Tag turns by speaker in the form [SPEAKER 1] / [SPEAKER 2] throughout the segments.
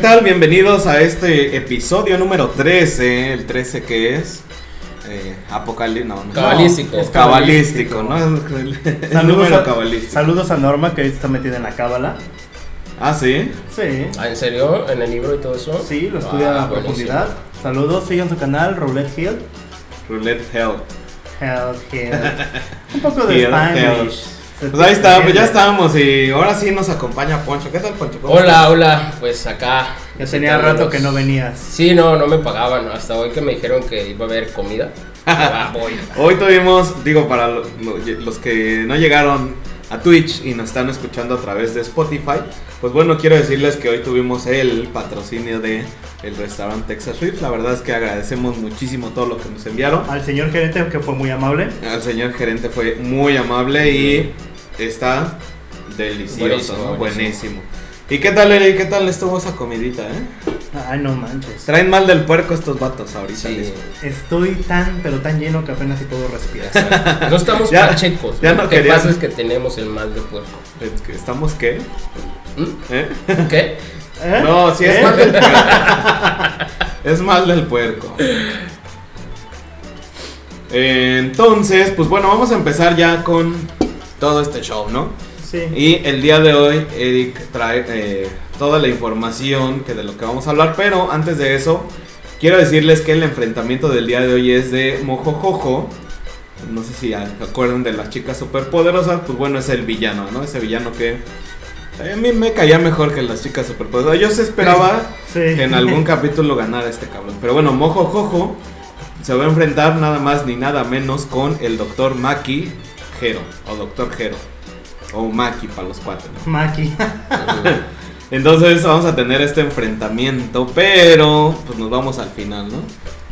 [SPEAKER 1] tal? Bienvenidos a este episodio número 13, el 13 que es eh, apocalí- no, no.
[SPEAKER 2] Cabalístico.
[SPEAKER 1] Es cabalístico, ¿no? Es el
[SPEAKER 3] Saludos
[SPEAKER 1] número
[SPEAKER 3] a,
[SPEAKER 1] cabalístico.
[SPEAKER 3] saludos a Norma que ahorita está metida en la cábala.
[SPEAKER 1] Ah, sí.
[SPEAKER 3] Sí,
[SPEAKER 2] Ah, ¿En serio? ¿En el libro y todo eso?
[SPEAKER 3] sí, lo estudia
[SPEAKER 2] Ah,
[SPEAKER 3] a
[SPEAKER 2] buenísimo.
[SPEAKER 3] profundidad. Saludos, sigan su canal, Roulette Hill.
[SPEAKER 1] Roulette Hell.
[SPEAKER 3] Hell, Hill. Un poco de
[SPEAKER 1] Hill,
[SPEAKER 3] Spanish.
[SPEAKER 1] Pues ahí está, pues ya estábamos y ahora sí nos acompaña Poncho. ¿Qué tal, Poncho? ¿Cómo
[SPEAKER 2] Hola, hola, pues acá.
[SPEAKER 3] Ya tenía rato que no venías.
[SPEAKER 2] Sí, no, no me pagaban. Hasta hoy que me dijeron que iba a haber comida. Ah, voy.
[SPEAKER 1] Hoy tuvimos, digo, para lo- lo- los que no llegaron a Twitch y nos están escuchando a través de Spotify, pues bueno, quiero decirles que hoy tuvimos el patrocinio de el restaurante Texas Ribs. La verdad es que agradecemos muchísimo todo lo que nos enviaron.
[SPEAKER 3] Al señor gerente que fue muy amable.
[SPEAKER 1] El señor gerente fue muy amable y está delicioso,
[SPEAKER 2] Buenísimo,
[SPEAKER 1] ¿no? buenísimo.
[SPEAKER 2] buenísimo.
[SPEAKER 1] ¿Y qué tal, Eli? ¿Qué tal estuvo esa comidita, eh?
[SPEAKER 3] Ay, no manches.
[SPEAKER 1] Traen mal del puerco estos vatos ahorita.
[SPEAKER 2] Sí.
[SPEAKER 1] les-
[SPEAKER 3] Estoy tan, pero tan lleno que apenas si puedo respirar.
[SPEAKER 2] exacto. No estamos
[SPEAKER 1] Ya-
[SPEAKER 2] pachecos.
[SPEAKER 1] ya no
[SPEAKER 2] lo que
[SPEAKER 1] querían.
[SPEAKER 2] pasa es que tenemos el mal de puerco.
[SPEAKER 1] es que ¿Estamos qué?
[SPEAKER 2] ¿Mm?
[SPEAKER 1] ¿Eh?
[SPEAKER 2] ¿Qué?
[SPEAKER 3] ¿Eh?
[SPEAKER 1] No, sí es
[SPEAKER 3] ¿Eh?
[SPEAKER 1] mal del puerco. es mal del puerco. Entonces, pues bueno, vamos a empezar ya con todo este show, ¿no?
[SPEAKER 3] Sí.
[SPEAKER 1] Y el día de hoy Eric trae eh, toda la información que de lo que vamos a hablar, pero antes de eso quiero decirles que el enfrentamiento del día de hoy es de Mojojojo. No sé si ya se acuerdan de las chicas superpoderosas, pues bueno, es el villano, ¿no? Ese villano que eh, a mí me caía mejor que las chicas superpoderosas. Yo se esperaba
[SPEAKER 3] Sí.
[SPEAKER 1] que en algún capítulo ganara este cabrón. Pero bueno, Mojojojo se va a enfrentar nada más ni nada menos con el doctor Maki Jero, o doctor Jero, o Maki para los cuatro. ¿no?
[SPEAKER 3] Maki.
[SPEAKER 1] Entonces vamos a tener este enfrentamiento, pero pues nos vamos al final, ¿no?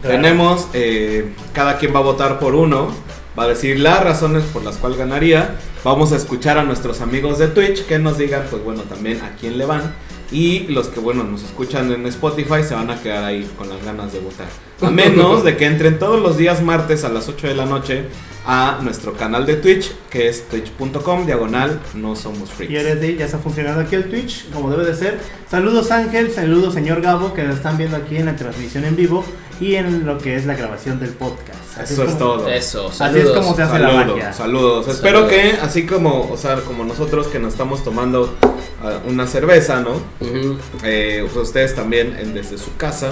[SPEAKER 3] Claro.
[SPEAKER 1] Tenemos, eh, cada quien va a votar por uno, va a decir las razones por las cuales ganaría. Vamos a escuchar a nuestros amigos de Twitch que nos digan, pues bueno, también a quién le van. Y los que, bueno, nos escuchan en Spotify se van a quedar ahí con las ganas de votar. A menos de que entren todos los días martes a las 8 de la noche a nuestro canal de Twitch, que es twitch.com, diagonal, no somos
[SPEAKER 3] Y
[SPEAKER 1] freaks.
[SPEAKER 3] eres de, ya está funcionando aquí el Twitch, como debe de ser. Saludos Ángel, saludos señor Gabo, que nos están viendo aquí en la transmisión en vivo y en lo que es la grabación del podcast.
[SPEAKER 1] Eso es
[SPEAKER 3] como-
[SPEAKER 1] todo.
[SPEAKER 2] Eso,
[SPEAKER 3] Así es como
[SPEAKER 2] saludos.
[SPEAKER 3] se hace la
[SPEAKER 1] Saludos,
[SPEAKER 3] magia.
[SPEAKER 1] saludos. Espero
[SPEAKER 2] Saludos.
[SPEAKER 1] que así como, o sea, como nosotros que nos estamos tomando ah, una cerveza, ¿no?
[SPEAKER 2] Ujú.
[SPEAKER 1] Eh, pues ustedes también en- desde su casa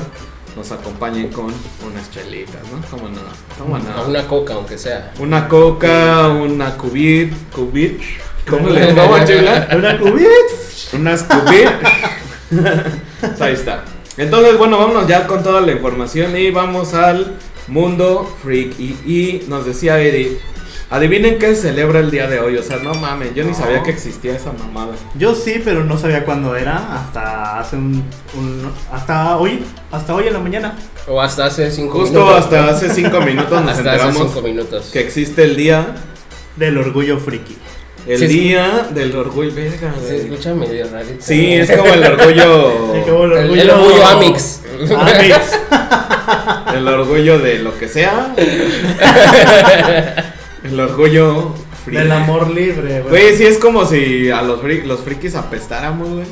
[SPEAKER 1] nos acompañen con unas chelitas, ¿no? ¿Cómo no? ¿Cómo
[SPEAKER 3] Ah.
[SPEAKER 2] A
[SPEAKER 1] no?
[SPEAKER 2] Una coca, aunque sea.
[SPEAKER 1] Una coca, una cubit, cubit. ¿Cómo le
[SPEAKER 2] Una-
[SPEAKER 1] llamamos, Chela?
[SPEAKER 3] Una cubit.
[SPEAKER 1] Unas cubit. Pues ahí está. Entonces, bueno, vámonos ya con toda la información y vamos al mundo freak. Y, y nos decía Eric, adivinen qué se celebra el día de hoy. O sea, no mames, yo ni
[SPEAKER 3] No.
[SPEAKER 1] sabía que existía esa mamada.
[SPEAKER 3] Yo sí, pero no sabía cuándo era hasta hace un, un- hasta hoy, hasta hoy en la mañana.
[SPEAKER 2] O hasta hace cinco
[SPEAKER 1] Justo
[SPEAKER 2] minutos.
[SPEAKER 1] hasta hace cinco minutos nos
[SPEAKER 2] Hasta hace
[SPEAKER 1] enteramos
[SPEAKER 2] cinco minutos.
[SPEAKER 1] que existe el día,
[SPEAKER 3] Del orgullo friki.
[SPEAKER 1] el
[SPEAKER 2] Sí, es-
[SPEAKER 1] día del orgullo. Verga,
[SPEAKER 2] Se
[SPEAKER 1] güey.
[SPEAKER 2] escucha medio rarito.
[SPEAKER 1] Sí, es como el orgullo.
[SPEAKER 3] Sí, como
[SPEAKER 2] El- el orgullo Amix.
[SPEAKER 3] Amix.
[SPEAKER 1] El orgullo de lo que sea. El orgullo freak.
[SPEAKER 3] Del amor libre, güey.
[SPEAKER 1] Güey, sí es como si a los, fri- los frikis apestáramos, güey.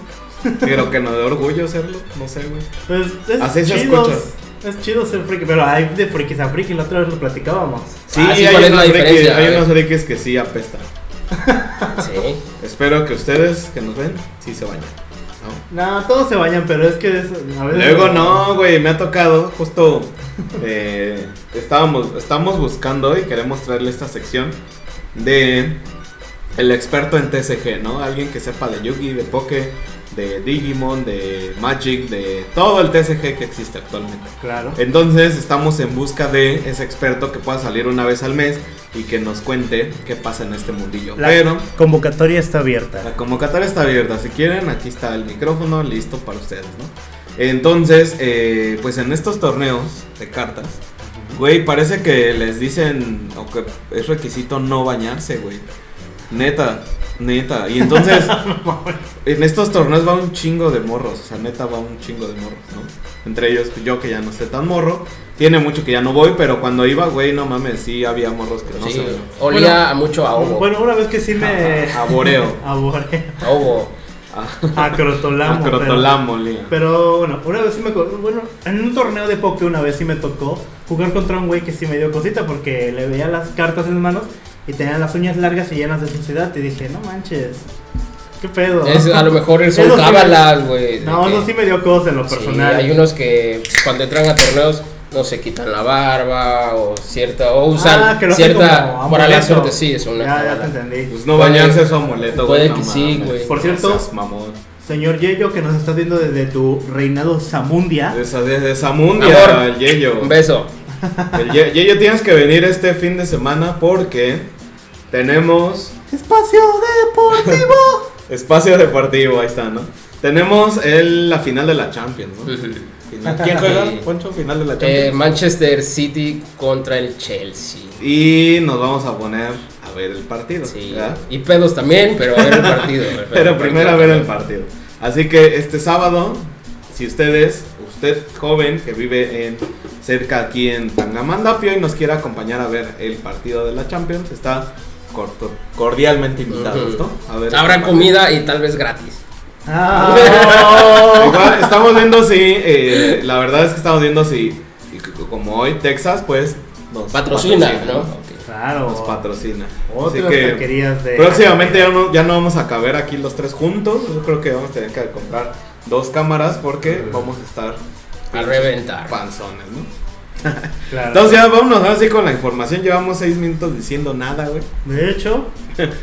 [SPEAKER 1] Pero que nos dé orgullo serlo, no sé, güey.
[SPEAKER 3] Pues es
[SPEAKER 1] Así se
[SPEAKER 3] chido.
[SPEAKER 1] escucha.
[SPEAKER 3] Es chido ser friki, pero hay de frikis a friki, la otra vez lo platicábamos.
[SPEAKER 1] Sí,
[SPEAKER 2] Ah, sí,
[SPEAKER 1] hay,
[SPEAKER 2] ¿cuál es
[SPEAKER 1] unos
[SPEAKER 2] la
[SPEAKER 1] frikis,
[SPEAKER 2] diferencia?
[SPEAKER 1] hay
[SPEAKER 2] A ver.
[SPEAKER 1] unos frikis que sí apestan.
[SPEAKER 2] Sí.
[SPEAKER 1] Espero que ustedes que nos ven, sí se bañen. ¿no?
[SPEAKER 3] No, todos se bañan, pero es que es, a veces
[SPEAKER 1] Luego no, güey, me ha tocado, justo eh, estábamos, estamos buscando y queremos traerle esta sección de el experto en TCG, ¿no? Alguien que sepa de Yugi, de Poke, de Digimon, de Magic, de todo el TCG que existe actualmente.
[SPEAKER 3] Claro.
[SPEAKER 1] Entonces estamos en busca de ese experto que pueda salir una vez al mes y que nos cuente qué pasa en este mundillo.
[SPEAKER 3] La
[SPEAKER 1] Pero Ah,
[SPEAKER 3] convocatoria está abierta.
[SPEAKER 1] la convocatoria está abierta, si quieren, aquí está el micrófono listo para ustedes, ¿no? Entonces, eh, pues en estos torneos de cartas, güey, parece que les dicen, o que es requisito no bañarse, güey. Neta, neta. Y entonces, en estos torneos va un chingo de morros, o sea, neta va un chingo de morros, ¿no? Entre ellos yo que ya no sé tan morro, tiene mucho que ya no voy, pero cuando iba, güey, no mames, sí había morros que no
[SPEAKER 2] sí.
[SPEAKER 1] se
[SPEAKER 2] Olía
[SPEAKER 3] Bueno,
[SPEAKER 1] ah,
[SPEAKER 2] mucho a ovo.
[SPEAKER 3] Bueno, una vez que sí me
[SPEAKER 1] A- a- a boreo.
[SPEAKER 3] A boreo.
[SPEAKER 2] A ovo.
[SPEAKER 3] Acrotolamo. pero-
[SPEAKER 1] Acrotolamo, Liga.
[SPEAKER 3] Pero bueno, una vez sí me co- bueno, en un torneo de poke una vez sí me tocó jugar contra un güey que sí me dio cosita porque le veía las cartas en manos y tenía las uñas largas y llenas de suciedad y dije, no manches, qué pedo.
[SPEAKER 2] Es- ah, a lo mejor son
[SPEAKER 3] Eso sí me-
[SPEAKER 2] cábalas, güey. de
[SPEAKER 3] No,
[SPEAKER 2] que-
[SPEAKER 3] eso sí me dio cosa en lo
[SPEAKER 2] Sí,
[SPEAKER 3] personal.
[SPEAKER 2] hay unos que cuando entran a torneos no se quitan la barba o cierta o usan
[SPEAKER 3] Ah, que lo hacen
[SPEAKER 2] cierta
[SPEAKER 3] como
[SPEAKER 2] para la
[SPEAKER 3] amuleto.
[SPEAKER 2] suerte sí es una
[SPEAKER 3] Ya, ya te
[SPEAKER 2] cábala.
[SPEAKER 3] entendí.
[SPEAKER 1] Pues no
[SPEAKER 2] Puede-
[SPEAKER 1] bañarse es su amuleto,
[SPEAKER 2] puede
[SPEAKER 1] no
[SPEAKER 2] que sí,
[SPEAKER 1] mames.
[SPEAKER 2] güey.
[SPEAKER 3] Por cierto-
[SPEAKER 1] No seas mamón.
[SPEAKER 3] Señor Yeyo, que nos estás viendo desde tu reinado Zamundia.
[SPEAKER 1] Desde, desde Zamundia,
[SPEAKER 2] Amor.
[SPEAKER 1] el Yeyo.
[SPEAKER 2] Un beso.
[SPEAKER 1] El Ye- Yeyo tienes que venir este fin de semana porque tenemos
[SPEAKER 3] Espacio Deportivo.
[SPEAKER 1] espacio deportivo, ahí está, ¿no? Tenemos el- la final de la Champions, ¿no? Final- ¿Quién
[SPEAKER 2] Sí.
[SPEAKER 1] juega, Poncho, final de la
[SPEAKER 2] Eh,
[SPEAKER 1] Champions?
[SPEAKER 2] Manchester City contra el Chelsea.
[SPEAKER 1] y nos vamos a poner a ver el partido,
[SPEAKER 2] Sí.
[SPEAKER 1] ¿verdad?
[SPEAKER 2] Y pedos también, pero a ver el partido. güey.
[SPEAKER 1] Pero primero a ver el partido. Así que este sábado, si ustedes, usted joven que vive en cerca aquí en Tangamandapio y nos quiere acompañar a ver el partido de la Champions, está corto- cordialmente invitados,
[SPEAKER 2] Ujú.
[SPEAKER 1] ¿no? A ver
[SPEAKER 2] Habrá
[SPEAKER 1] el partido.
[SPEAKER 2] comida y tal vez gratis.
[SPEAKER 3] Ah,
[SPEAKER 1] Igual estamos viendo si, eh, la verdad es que estamos viendo si, si c- como hoy Texas, pues nos
[SPEAKER 2] Patrocina, ¿no?
[SPEAKER 3] claro.
[SPEAKER 1] Nos patrocina. Así
[SPEAKER 3] Otras
[SPEAKER 1] que
[SPEAKER 3] taquerías de.
[SPEAKER 1] Próximamente ya no, ya no vamos a caber aquí los tres juntos. Yo creo que vamos a tener que comprar dos cámaras porque vamos a estar
[SPEAKER 2] A reventar.
[SPEAKER 1] panzones, ¿no?
[SPEAKER 3] Claro.
[SPEAKER 1] Entonces ya vámonos ahora sí con la información. Llevamos seis minutos diciendo nada, güey.
[SPEAKER 3] De hecho,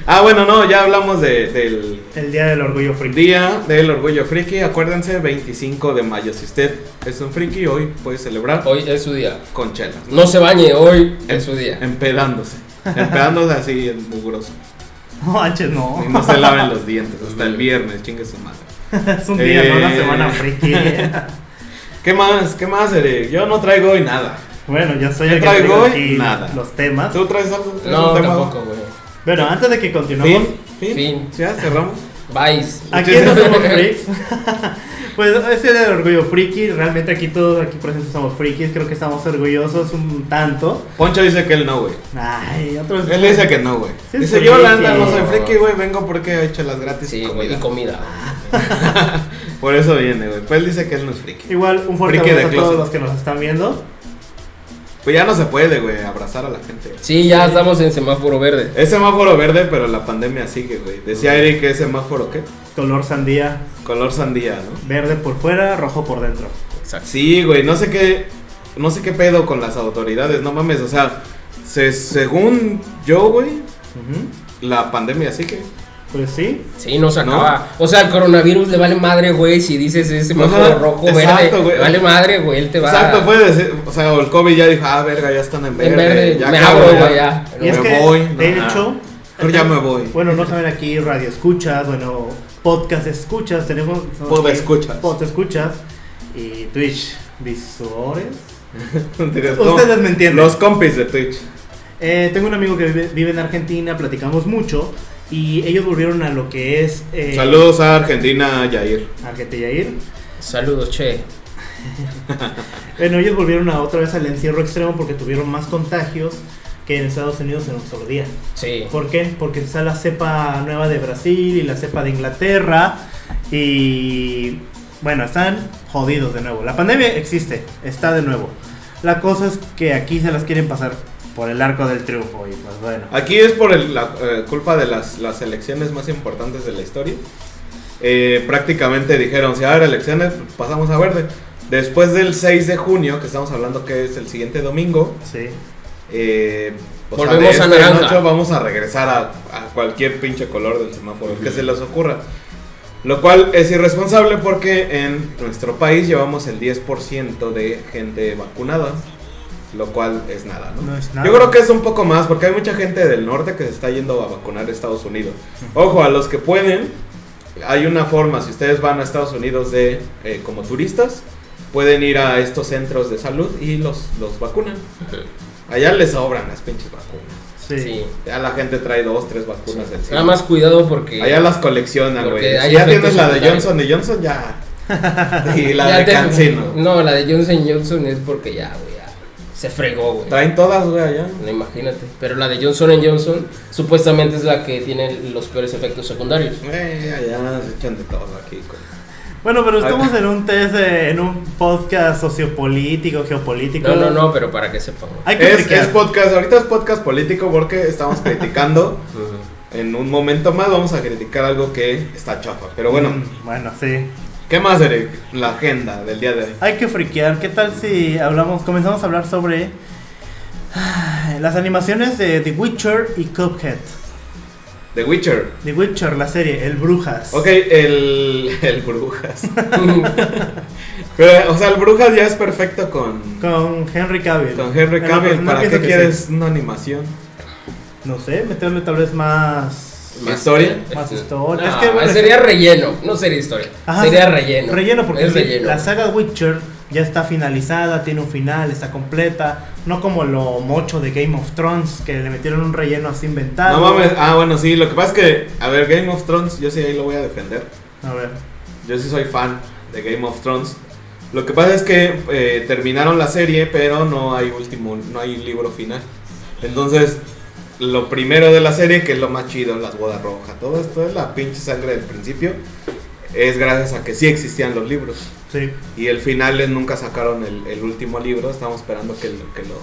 [SPEAKER 1] Ah, bueno, no, ya hablamos de- del
[SPEAKER 3] el Día del Orgullo Friki.
[SPEAKER 1] Día del Orgullo Friki. Acuérdense, 25 de mayo. Si usted es un friki, hoy puede celebrar
[SPEAKER 2] Hoy es su día.
[SPEAKER 1] con chelas. ¿no?
[SPEAKER 2] No se bañe, hoy
[SPEAKER 1] Em-
[SPEAKER 2] es su día.
[SPEAKER 1] Empedándose. Empedándose así, en mugroso.
[SPEAKER 3] No manches, no.
[SPEAKER 2] Oh.
[SPEAKER 1] Y no se laven los dientes hasta el viernes, chingue su madre.
[SPEAKER 3] es un día, no una
[SPEAKER 1] Eh.
[SPEAKER 3] semana friki.
[SPEAKER 1] ¿Qué más? ¿Qué más, Eric? Yo no traigo hoy nada.
[SPEAKER 3] bueno, yo soy
[SPEAKER 1] Yo
[SPEAKER 3] el que
[SPEAKER 1] traigo
[SPEAKER 3] traigo
[SPEAKER 1] hoy
[SPEAKER 3] aquí
[SPEAKER 1] nada.
[SPEAKER 3] los temas.
[SPEAKER 1] ¿Tú traes algo? ¿Traes
[SPEAKER 2] No,
[SPEAKER 1] un tema?
[SPEAKER 2] tampoco, güey.
[SPEAKER 3] Bueno, antes de que continuemos,
[SPEAKER 1] ¿Fin? ¿Fin?
[SPEAKER 2] Fin.
[SPEAKER 1] ¿Ya cerramos?
[SPEAKER 2] Vice.
[SPEAKER 3] aquí no somos freaks. pues es el Día del Orgullo Friki. Realmente aquí todos aquí presentes somos frikis. Creo que estamos orgullosos un tanto.
[SPEAKER 1] Poncho dice que él no, güey.
[SPEAKER 3] Ay, otros.
[SPEAKER 1] Él dice que no, güey.
[SPEAKER 3] Sí,
[SPEAKER 1] dice,
[SPEAKER 3] sí,
[SPEAKER 1] yo la neta
[SPEAKER 3] sí.
[SPEAKER 1] no soy friki, güey. Vengo porque he hecho las gratis
[SPEAKER 2] Sí,
[SPEAKER 1] y comida.
[SPEAKER 2] güey, y comida.
[SPEAKER 1] Por eso viene, güey. Pues él dice que él no es friki.
[SPEAKER 3] Igual un fuerte
[SPEAKER 1] Friki de
[SPEAKER 3] abrazo a todos
[SPEAKER 1] closet.
[SPEAKER 3] los que nos están viendo.
[SPEAKER 1] Pues ya no se puede, güey, abrazar a la gente. güey.
[SPEAKER 2] Sí, ya estamos en semáforo verde.
[SPEAKER 1] Es semáforo verde, pero la pandemia sigue, güey. Decía Eric que es semáforo, ¿qué?
[SPEAKER 3] Color sandía,
[SPEAKER 1] Color sandía, ¿no?
[SPEAKER 3] verde por fuera, rojo por dentro.
[SPEAKER 2] Exacto.
[SPEAKER 1] Sí, güey, no sé qué. No sé qué pedo con las autoridades, no mames. O sea, se- según yo, güey,
[SPEAKER 3] Ujú.
[SPEAKER 1] la pandemia sigue.
[SPEAKER 3] Pues sí,
[SPEAKER 2] Sí, no se
[SPEAKER 1] ¿No?
[SPEAKER 2] acaba. O sea, al coronavirus le vale madre, güey, si dices ese semáforo
[SPEAKER 1] Ajá,
[SPEAKER 2] rojo,
[SPEAKER 1] exacto,
[SPEAKER 2] verde.
[SPEAKER 1] güey.
[SPEAKER 2] le Vale madre, güey, él te va
[SPEAKER 1] Exacto, puede decir. O sea, o el COVID ya dijo, ah, verga, ya están en verde.
[SPEAKER 2] en verde.
[SPEAKER 1] ya
[SPEAKER 2] me
[SPEAKER 1] acabo,
[SPEAKER 2] abro, güey, ya.
[SPEAKER 3] Y es
[SPEAKER 1] Me
[SPEAKER 3] que,
[SPEAKER 1] voy,
[SPEAKER 3] de
[SPEAKER 1] no,
[SPEAKER 3] hecho,
[SPEAKER 1] Pero ya me voy.
[SPEAKER 3] bueno, no saben aquí radio escuchas, bueno, podcast escuchas, tenemos
[SPEAKER 1] Pod escuchas.
[SPEAKER 3] pod escuchas y Twitch visores.
[SPEAKER 1] Ustedes
[SPEAKER 3] Ustedes me entienden.
[SPEAKER 1] Los compis de Twitch.
[SPEAKER 3] Eh, tengo un amigo que vive, vive en Argentina, platicamos mucho y ellos volvieron a lo que es eh,
[SPEAKER 1] Saludos a Argentina, Yair.
[SPEAKER 3] Argentina ir.
[SPEAKER 2] Saludos, che.
[SPEAKER 3] Bueno, ellos volvieron a otra vez al encierro extremo porque tuvieron más contagios que en Estados Unidos en un solo día.
[SPEAKER 2] Sí.
[SPEAKER 3] ¿Por qué? Porque está la cepa nueva de Brasil y la cepa de Inglaterra. Y bueno, están jodidos de nuevo. La pandemia existe, está de nuevo. La cosa es que aquí se las quieren pasar por el arco del triunfo. Y pues bueno.
[SPEAKER 1] Aquí es por el- la eh, culpa de las, las elecciones más importantes de la historia. Eh, prácticamente dijeron, si va a haber elecciones, pasamos a verde. Después del 6 de junio, que estamos hablando que es el siguiente domingo,
[SPEAKER 3] Sí.
[SPEAKER 1] eh, o sea,
[SPEAKER 2] Volvemos
[SPEAKER 1] de
[SPEAKER 2] a
[SPEAKER 1] este
[SPEAKER 2] naranja.
[SPEAKER 1] en ocho vamos a regresar a, a cualquier pinche color del semáforo que se les ocurra. Lo cual es irresponsable porque en nuestro país llevamos el 10% de gente vacunada, lo cual es nada, ¿no?
[SPEAKER 3] No es nada.
[SPEAKER 1] Yo creo que es un poco más porque hay mucha gente del norte que se está yendo a vacunar a Estados Unidos. Ojo, a los que pueden, hay una forma, si ustedes van a Estados Unidos de eh, como turistas, pueden ir a estos centros de salud y los, los vacunan. Allá les sobran las pinches vacunas.
[SPEAKER 3] Sí.
[SPEAKER 2] Sí.
[SPEAKER 1] Ya la gente trae dos, tres vacunas del
[SPEAKER 2] Nada más cuidado porque.
[SPEAKER 1] Allá las coleccionan,
[SPEAKER 2] Porque
[SPEAKER 1] güey.
[SPEAKER 2] hay
[SPEAKER 1] Si ya
[SPEAKER 2] efectos
[SPEAKER 1] tienes la de
[SPEAKER 2] secundarios.
[SPEAKER 1] Johnson y Johnson, ya. Y la
[SPEAKER 2] Ya
[SPEAKER 1] de
[SPEAKER 2] te-
[SPEAKER 1] Cancino.
[SPEAKER 2] No, la de Johnson Johnson es porque ya, güey. ya. se fregó, güey.
[SPEAKER 1] Traen todas, güey, allá.
[SPEAKER 2] No, Imagínate. Pero la de Johnson Johnson supuestamente es la que tiene los peores efectos secundarios.
[SPEAKER 1] Güey, allá se echan de todo aquí. güey.
[SPEAKER 3] Bueno, pero
[SPEAKER 1] A ver.
[SPEAKER 3] estamos en un test, eh, en un podcast sociopolítico, geopolítico. Mm,
[SPEAKER 2] No, no, no, pero para que sepan. güey.
[SPEAKER 3] Hay que
[SPEAKER 1] Es,
[SPEAKER 3] friquear.
[SPEAKER 1] es podcast, ahorita es podcast político porque estamos criticando. En un momento más vamos a criticar algo que está chafa. Pero bueno,
[SPEAKER 3] Mm, Bueno, sí.
[SPEAKER 1] ¿qué más, Eric? La agenda del día de hoy.
[SPEAKER 3] Hay que friquear. ¿Qué tal si hablamos, comenzamos a hablar sobre ah, las animaciones de The Witcher y Cuphead?
[SPEAKER 1] The Witcher.
[SPEAKER 3] The Witcher, la serie, el Brujas.
[SPEAKER 1] Ok, el, el Brujas. Pero, o sea, el Brujas ya es perfecto con,
[SPEAKER 3] Con Henry Cavill.
[SPEAKER 1] con Henry
[SPEAKER 3] Bueno,
[SPEAKER 1] Cavill.
[SPEAKER 3] pero no
[SPEAKER 1] ¿Para
[SPEAKER 3] pienso
[SPEAKER 1] qué
[SPEAKER 3] que
[SPEAKER 1] quieres
[SPEAKER 3] sí.
[SPEAKER 1] una animación?
[SPEAKER 3] No sé, meterle tal vez más.
[SPEAKER 1] ¿Más historia?
[SPEAKER 3] Más
[SPEAKER 2] Este,
[SPEAKER 3] historia.
[SPEAKER 2] no,
[SPEAKER 3] Es que, bueno,
[SPEAKER 2] sería relleno, no sería historia.
[SPEAKER 3] Ajá,
[SPEAKER 2] sería
[SPEAKER 3] sí.
[SPEAKER 2] relleno.
[SPEAKER 3] Relleno porque
[SPEAKER 2] es
[SPEAKER 3] sí,
[SPEAKER 2] relleno.
[SPEAKER 3] la saga Witcher ya está finalizada, tiene un final, está completa. No como lo mocho de Game of Thrones que le metieron un relleno así inventado.
[SPEAKER 1] No mames. Ah, bueno, sí. Lo que pasa es que, a ver, Game of Thrones, yo sí ahí lo voy a defender.
[SPEAKER 3] A ver.
[SPEAKER 1] Yo sí soy fan de Game of Thrones. Lo que pasa es que eh, terminaron la serie, pero no hay último, no hay libro final. Entonces, lo primero de la serie, que es lo más chido, las bodas rojas, todo esto es la pinche sangre del principio, es gracias a que sí existían los libros.
[SPEAKER 3] Sí.
[SPEAKER 1] Y el final es nunca sacaron el, el último libro, estamos esperando que lo, que lo,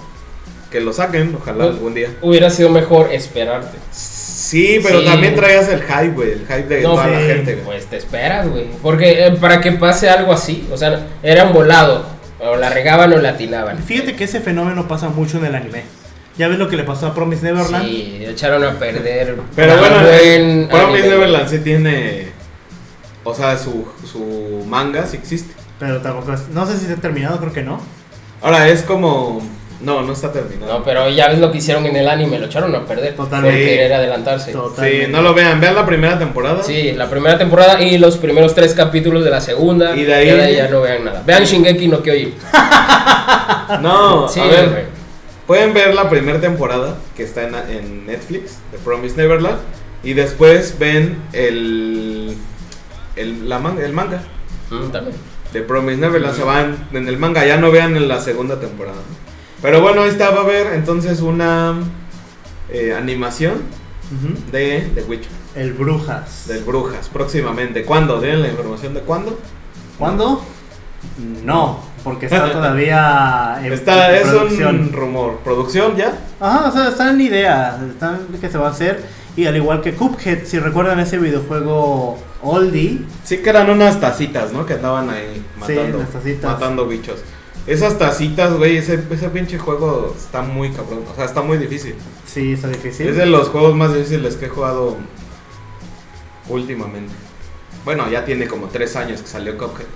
[SPEAKER 1] que lo saquen, ojalá
[SPEAKER 2] Pues-
[SPEAKER 1] algún día.
[SPEAKER 2] Hubiera sido mejor esperarte.
[SPEAKER 1] Sí, pero
[SPEAKER 2] Sí.
[SPEAKER 1] también traías el hype, güey, el hype de
[SPEAKER 2] No,
[SPEAKER 1] toda la
[SPEAKER 3] sí,
[SPEAKER 1] gente. güey.
[SPEAKER 2] Pues te esperas, güey. Porque eh, para que pase algo así, o sea, eran volado. O la regaban o la atinaban.
[SPEAKER 3] Fíjate que ese fenómeno pasa mucho en el anime. Ya ves lo que le pasó a Promise Neverland.
[SPEAKER 2] Sí, echaron a perder.
[SPEAKER 1] Pero
[SPEAKER 2] un
[SPEAKER 1] bueno, eh,
[SPEAKER 2] buen
[SPEAKER 1] Promise
[SPEAKER 2] anime.
[SPEAKER 1] Neverland sí tiene. O sea, su, su manga sí existe.
[SPEAKER 3] Pero tampoco es- No sé si se ha terminado, creo que no.
[SPEAKER 1] Ahora es como. No, no está terminado.
[SPEAKER 2] No, pero ya ves lo que hicieron en el anime, lo echaron a perder.
[SPEAKER 3] Totalmente.
[SPEAKER 2] Por querer adelantarse.
[SPEAKER 3] Totalmente.
[SPEAKER 1] sí, no lo vean. Vean la primera temporada.
[SPEAKER 2] Sí, la primera temporada y los primeros tres capítulos de la segunda.
[SPEAKER 1] Y de ahí-
[SPEAKER 2] ya, ya no vean nada. Vean Shingeki no Kyojin.
[SPEAKER 1] No,
[SPEAKER 2] Sí,
[SPEAKER 1] a ver.
[SPEAKER 2] güey.
[SPEAKER 1] Pueden ver la primera temporada que está en, en Netflix de Promise Neverland. Y después ven el. El, la manga, el manga
[SPEAKER 2] Mm, también.
[SPEAKER 1] de Promise Neverland. Se van en el manga. Ya no vean en la segunda temporada. ¿no? Pero bueno, ahí está. Va a haber entonces una. eh, animación
[SPEAKER 3] Ujú.
[SPEAKER 1] de The Witcher.
[SPEAKER 3] El Brujas.
[SPEAKER 1] Del Brujas, próximamente. ¿Cuándo? ¿Tienen la información de cuándo?
[SPEAKER 3] ¿Cuándo? No, porque está todavía en
[SPEAKER 1] Está, es un
[SPEAKER 3] producción.
[SPEAKER 1] rumor. ¿Producción ya?
[SPEAKER 3] Ajá, o sea, están en idea, están que se va a hacer. Y al igual que Cuphead, si recuerdan ese videojuego Oldie,
[SPEAKER 1] Sí que eran unas tacitas, ¿no? Que andaban ahí matando,
[SPEAKER 3] las tacitas.
[SPEAKER 1] matando bichos. Esas tacitas, güey, ese, ese pinche juego está muy cabrón. O sea, está muy difícil.
[SPEAKER 3] sí, está difícil.
[SPEAKER 1] Es de los juegos más difíciles que he jugado últimamente. Bueno, ya tiene como tres años que salió Cuphead.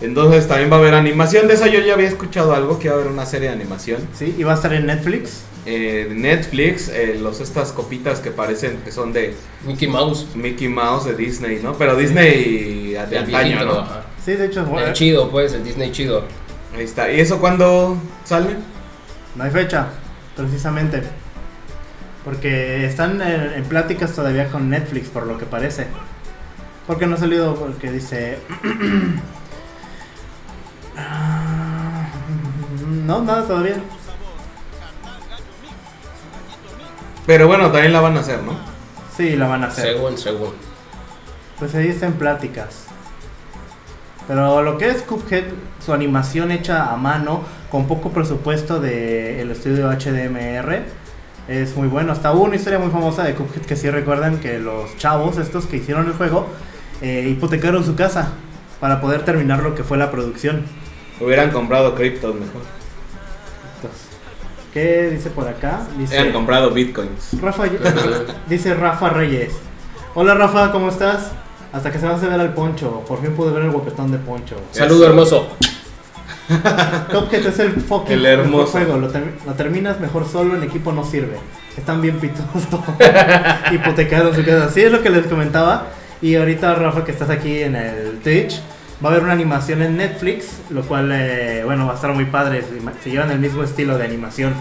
[SPEAKER 1] Entonces también va a haber animación. De esa yo ya había escuchado algo, que va a haber una serie de animación.
[SPEAKER 3] Sí, y va a estar en Netflix.
[SPEAKER 1] eh, Netflix, eh, los estas copitas que parecen que son de
[SPEAKER 2] Mickey Mouse.
[SPEAKER 1] Mickey Mouse de Disney, ¿no? Pero Disney de
[SPEAKER 2] El
[SPEAKER 1] antaño,
[SPEAKER 2] viejito,
[SPEAKER 1] ¿no?
[SPEAKER 2] ajá.
[SPEAKER 3] Sí, de hecho, eh, bueno,
[SPEAKER 2] El chido, pues, el Disney chido.
[SPEAKER 1] Ahí está. ¿Y eso cuándo sale?
[SPEAKER 3] no hay fecha, precisamente. Porque están en, en pláticas todavía con Netflix, por lo que parece. Porque no ha salido, porque dice... Ah, No, nada todavía.
[SPEAKER 1] Pero bueno, también la van a hacer, ¿no?
[SPEAKER 3] Sí, la van a hacer.
[SPEAKER 2] Según, según.
[SPEAKER 3] Pues ahí está en pláticas. Pero lo que es Cuphead, su animación hecha a mano, con poco presupuesto del estudio HDMR, es muy bueno. Hasta hubo una historia muy famosa de Cuphead que sí recuerdan que los chavos, estos que hicieron el juego, eh, hipotecaron su casa para poder terminar lo que fue la producción.
[SPEAKER 1] Hubieran comprado Krypton mejor.
[SPEAKER 3] Entonces, ¿Qué dice por acá? Dice,
[SPEAKER 1] Hubieran comprado Bitcoins.
[SPEAKER 3] Rafa, dice Rafa Reyes. Hola Rafa, ¿cómo estás? Hasta que se va a ver al poncho. Por fin pude ver el guapetón de poncho.
[SPEAKER 2] Saludo hermoso.
[SPEAKER 3] Cuphead es el fucking
[SPEAKER 1] El hermoso.
[SPEAKER 3] mejor juego. Lo, ter- lo terminas mejor solo, en equipo no sirve. Están bien pitosos todos. Hipotecados su casa. Sí, es lo que les comentaba. Y ahorita, Rafa, que estás aquí en el Twitch, va a haber una animación en Netflix, lo cual, eh, bueno, va a estar muy padre. Si ma- Si llevan el mismo estilo de animación.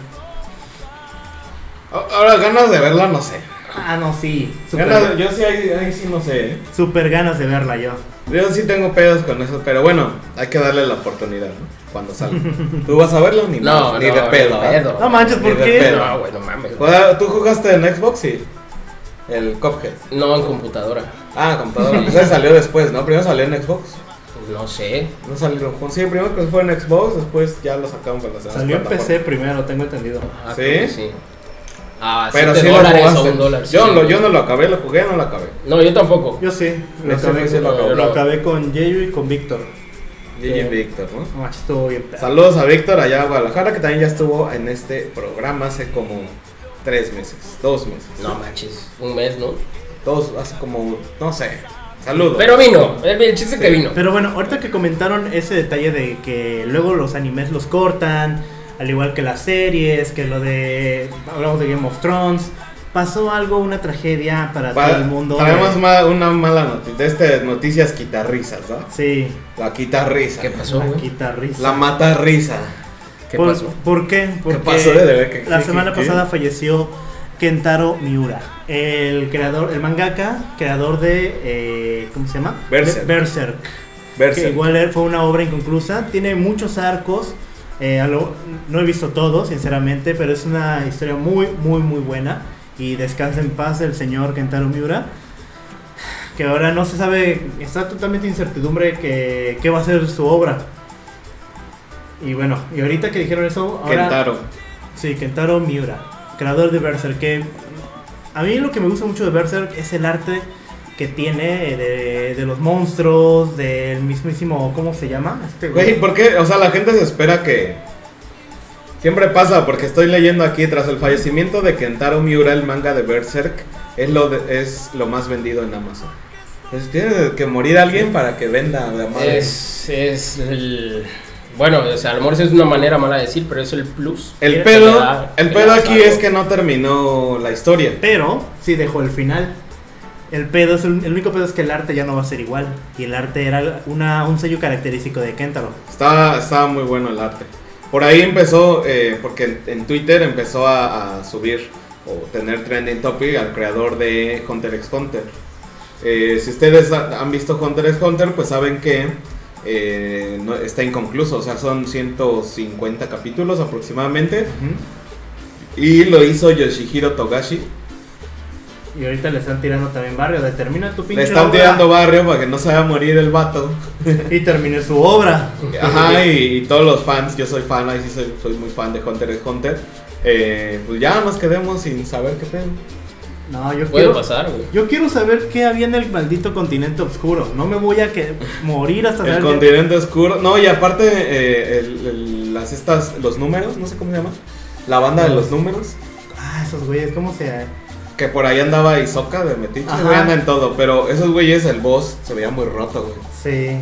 [SPEAKER 1] A- Ahora, ganas de verla, no sé.
[SPEAKER 3] Ah, no, sí. Super,
[SPEAKER 1] Ganas- yo sí, ahí, ahí sí no sé. ¿eh?
[SPEAKER 3] super ganas de verla yo.
[SPEAKER 1] Yo sí tengo pedos con eso, pero bueno, hay que darle la oportunidad, ¿no? Cuando salga. ¿Tú vas a verlo? Ni,
[SPEAKER 2] No, no,
[SPEAKER 1] ni de pedo. ¿ah?
[SPEAKER 3] No manches, ¿por
[SPEAKER 1] Ni de
[SPEAKER 3] qué?
[SPEAKER 1] pedo.
[SPEAKER 2] No, güey, no mames. güey.
[SPEAKER 1] Juega- ¿Tú jugaste en Xbox y el Cuphead?
[SPEAKER 2] No en computadora.
[SPEAKER 1] Ah, computadora. Ese salió después, ¿no? Primero salió en Xbox.
[SPEAKER 2] No sé.
[SPEAKER 1] No salieron juntos. Sí, primero que fue en Xbox, después ya lo sacaron para las demás
[SPEAKER 3] Salió en
[SPEAKER 1] plataformas.
[SPEAKER 3] PC primero, tengo entendido.
[SPEAKER 2] Ah,
[SPEAKER 1] ¿Sí?
[SPEAKER 2] creo que Ah,
[SPEAKER 1] Pero
[SPEAKER 2] siete
[SPEAKER 1] sí lo
[SPEAKER 2] dólares o
[SPEAKER 1] jugaste.
[SPEAKER 2] un dólar.
[SPEAKER 1] yo,
[SPEAKER 2] sí.
[SPEAKER 1] lo- yo no lo acabé, lo jugué, no lo acabé.
[SPEAKER 2] No, yo tampoco.
[SPEAKER 3] Yo sí, lo
[SPEAKER 1] Ese
[SPEAKER 3] acabé,
[SPEAKER 1] güey sí lo
[SPEAKER 3] con-
[SPEAKER 1] acabó.
[SPEAKER 3] lo acabé con Yeyo y con Víctor.
[SPEAKER 1] Gigi
[SPEAKER 3] Sí.
[SPEAKER 1] Víctor, ¿no?
[SPEAKER 3] No manches, estuvo bien. pedo.
[SPEAKER 1] Saludos a Víctor allá de Guadalajara, que también ya estuvo en este programa hace como tres meses, dos meses.
[SPEAKER 2] No manches, un mes, ¿no?
[SPEAKER 1] Dos, hace como, no sé. Saludos.
[SPEAKER 2] Pero vino, eh, el, el chiste es que
[SPEAKER 1] Sí.
[SPEAKER 2] vino.
[SPEAKER 3] Pero bueno, ahorita que comentaron ese detalle de que luego los animes los cortan, al igual que las series, que lo de. Hablamos de Game of Thrones. Pasó algo, una tragedia para
[SPEAKER 1] Va-
[SPEAKER 3] todo el mundo.
[SPEAKER 1] traemos
[SPEAKER 3] Eh,
[SPEAKER 1] ma- una mala noticia. Este, noticias quitarrisas, ¿no?
[SPEAKER 3] Sí,
[SPEAKER 1] La quitarrisa.
[SPEAKER 2] ¿Qué pasó,
[SPEAKER 3] la
[SPEAKER 2] güey?
[SPEAKER 3] guitarrista.
[SPEAKER 1] La matarrisa.
[SPEAKER 2] ¿Qué
[SPEAKER 1] Pues,
[SPEAKER 3] ¿Por,
[SPEAKER 2] pasó?
[SPEAKER 3] ¿Por qué? Porque
[SPEAKER 1] pasó, de verdad que-
[SPEAKER 3] la
[SPEAKER 1] que-
[SPEAKER 3] semana
[SPEAKER 1] que-
[SPEAKER 3] pasada falleció Kentaro Miura, el creador, el mangaka, creador de eh, ¿cómo se llama?
[SPEAKER 1] Berserk.
[SPEAKER 3] Be- Berserk. Que
[SPEAKER 1] Verse.
[SPEAKER 3] igual fue una obra inconclusa. Tiene muchos arcos. eh, a lo- no he visto todo, sinceramente, pero es una historia muy, muy, muy buena. Y descansa en paz el señor Kentaro Miura. Que ahora no se sabe, está totalmente incertidumbre que, qué va a ser su obra. Y bueno, y ahorita que dijeron eso, ahora.
[SPEAKER 1] Kentaro.
[SPEAKER 3] Sí, Kentaro Miura, creador de Berserk. Que a mí lo que me gusta mucho de Berserk es el arte que tiene eh, de, de los monstruos, del mismísimo. ¿Cómo se llama? Este
[SPEAKER 1] Güey, ¿por qué? O sea, la gente se espera que. Siempre pasa, porque estoy leyendo aquí, tras el fallecimiento de Kentaro Miura, el manga de Berserk es lo, de- es lo más vendido en Amazon. Pues tiene que morir alguien para que venda la madre.
[SPEAKER 2] Es, es el. Bueno, o sea, a lo mejor eso es una manera mala de decir, pero es el plus.
[SPEAKER 1] el
[SPEAKER 2] que
[SPEAKER 1] pedo,
[SPEAKER 2] te da-
[SPEAKER 1] el
[SPEAKER 2] que
[SPEAKER 1] pedo
[SPEAKER 2] le das
[SPEAKER 1] aquí
[SPEAKER 2] algo.
[SPEAKER 1] es que no terminó la historia.
[SPEAKER 3] Pero sí dejó el final. El, pedo es el, el único pedo es que el arte ya no va a ser igual. Y el arte era una, un sello característico de Kentaro.
[SPEAKER 1] Estaba, estaba muy bueno el arte. Por ahí empezó, eh, porque en, en Twitter empezó a, a subir o tener trending topic al creador de Hunter x Hunter. Eh, si ustedes ha- han visto Hunter x Hunter, pues saben que eh, no- está inconcluso, o sea, son 150 capítulos aproximadamente. Y lo hizo Yoshihiro Togashi.
[SPEAKER 3] Y ahorita le están tirando también barrio. De termina tu pinche.
[SPEAKER 1] Le están
[SPEAKER 3] obra",
[SPEAKER 1] tirando barrio para que no se vaya a morir el vato.
[SPEAKER 3] Y termine su obra.
[SPEAKER 1] Ajá, y, y todos los fans, yo soy fan, ahí sí soy, soy muy fan de Hunter x Hunter. Eh, pues ya nos quedemos sin saber qué pedo.
[SPEAKER 3] No, yo
[SPEAKER 2] Puede
[SPEAKER 3] quiero-
[SPEAKER 2] pasar, güey.
[SPEAKER 3] Yo quiero saber qué había en el maldito continente oscuro. No me voy a que morir hasta
[SPEAKER 1] El
[SPEAKER 3] saber qué-
[SPEAKER 1] continente oscuro. No, y aparte, eh, el- el- las estas, los números, no sé cómo se llama. La banda de los números.
[SPEAKER 3] Ah, esos güeyes, ¿cómo se.?
[SPEAKER 1] Que por ahí andaba Isoca de Metiche,
[SPEAKER 3] Ajá.
[SPEAKER 1] güey, anda en todo. Pero esos güeyes, el boss se veía muy roto, güey.
[SPEAKER 3] Sí.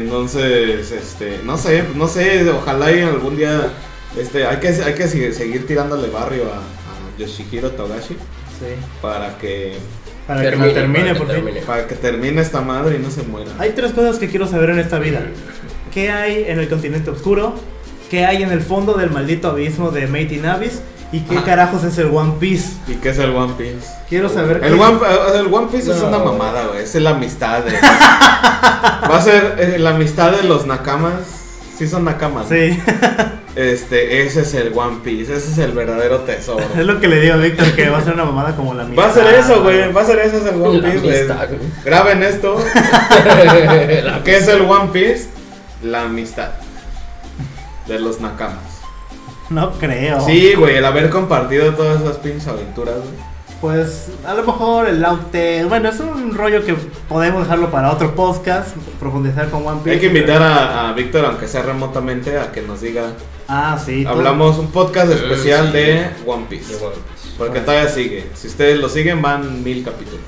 [SPEAKER 1] Entonces, este, no sé, no sé, ojalá y algún día, este, hay que, hay que seguir, seguir tirándole barrio a, a Yoshihiro Togashi
[SPEAKER 3] Sí.
[SPEAKER 1] para que
[SPEAKER 3] Para que
[SPEAKER 2] Termine,
[SPEAKER 3] no termine,
[SPEAKER 2] para que
[SPEAKER 3] porque.
[SPEAKER 2] termine.
[SPEAKER 1] Para que termine esta madre y no se muera.
[SPEAKER 3] Hay tres cosas que quiero saber en esta vida: ¿qué hay en el continente oscuro? ¿Qué hay en el fondo del maldito abismo de Mighty Navis? ¿Y qué carajos es el One Piece?
[SPEAKER 1] ¿Y qué es el One Piece?
[SPEAKER 3] Quiero saber.
[SPEAKER 1] El
[SPEAKER 3] qué-
[SPEAKER 1] One, eh, el One Piece es
[SPEAKER 2] No.
[SPEAKER 1] una mamada, güey. Es la amistad. de- Va a ser eh, la amistad de los nakamas. Sí son nakamas. ¿no?
[SPEAKER 3] Sí,
[SPEAKER 1] Este, ese es el One Piece. Ese es el verdadero tesoro.
[SPEAKER 3] es lo que le digo a Víctor, que va a ser una mamada como la mía.
[SPEAKER 1] Va a ser eso, güey. Va a ser ese es el One
[SPEAKER 2] La
[SPEAKER 1] Piece, güey.
[SPEAKER 2] amistad, güey.
[SPEAKER 1] Graben esto.
[SPEAKER 2] La-
[SPEAKER 1] ¿Qué es el One Piece? La amistad de los nakamas.
[SPEAKER 3] No creo.
[SPEAKER 1] Sí, güey. El haber compartido todas esas pinches aventuras, güey.
[SPEAKER 3] Pues a lo mejor el Outtale. Bueno, es un rollo que podemos dejarlo para otro podcast. Profundizar con One Piece.
[SPEAKER 1] Hay que invitar a, a Víctor, aunque sea remotamente, a que nos diga.
[SPEAKER 3] Ah, sí. todo-
[SPEAKER 1] Hablamos un podcast
[SPEAKER 2] Eh,
[SPEAKER 1] especial
[SPEAKER 2] sí.
[SPEAKER 1] de One Piece.
[SPEAKER 2] Igual,
[SPEAKER 1] Porque todavía sigue. Si ustedes lo siguen, van mil capítulos.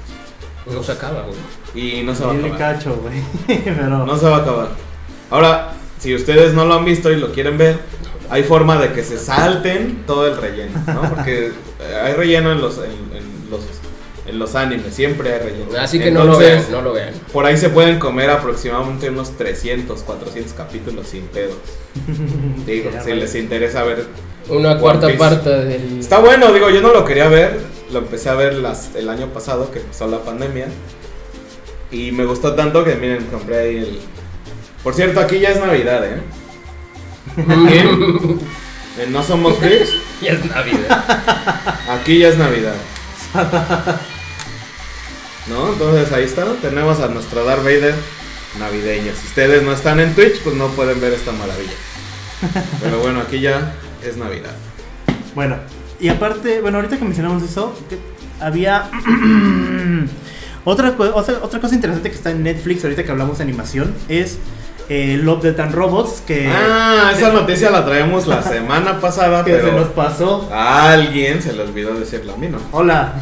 [SPEAKER 2] pues, No se acaba, güey.
[SPEAKER 1] Y no se va a
[SPEAKER 3] Dile
[SPEAKER 1] acabar.
[SPEAKER 3] cacho, güey. Pero.
[SPEAKER 1] No se va a acabar. Ahora, si ustedes no lo han visto y lo quieren ver, hay forma de que se salten todo el relleno, ¿no? Porque eh, hay relleno en los, en, en los, en los animes, siempre hay relleno.
[SPEAKER 2] Así que no lo
[SPEAKER 1] Entonces,
[SPEAKER 2] vean, no lo vean.
[SPEAKER 1] Por ahí se pueden comer aproximadamente unos 300, 400 capítulos sin pedos. Digo,
[SPEAKER 3] Sí,
[SPEAKER 1] si les interesa ver.
[SPEAKER 2] Una
[SPEAKER 1] One
[SPEAKER 2] cuarta
[SPEAKER 1] Piece.
[SPEAKER 2] parte del.
[SPEAKER 1] Está bueno, digo, yo no lo quería ver. Lo empecé a ver las, el año pasado, que empezó la pandemia. Y me gustó tanto que miren, compré ahí el. Por cierto, aquí ya es Navidad, ¿eh? En No Somos Chris,
[SPEAKER 2] ya es Navidad.
[SPEAKER 1] aquí ya es Navidad. ¿No? Entonces ahí está, tenemos a nuestro Darth Vader navideño. Si ustedes no están en Twitch, pues no pueden ver esta maravilla. Pero bueno, aquí ya es Navidad.
[SPEAKER 3] Bueno, y aparte, bueno, ahorita que mencionamos eso, que había otra, co- otra, otra cosa interesante que está en Netflix, ahorita que hablamos de animación, es eh, Love, Death and Robots, que,
[SPEAKER 1] Ah, esa noticia la traemos la semana pasada,
[SPEAKER 3] Eh, que se nos
[SPEAKER 1] pero
[SPEAKER 3] pasó.
[SPEAKER 1] a alguien se le olvidó decirla a mí, ¿no?
[SPEAKER 3] Hola.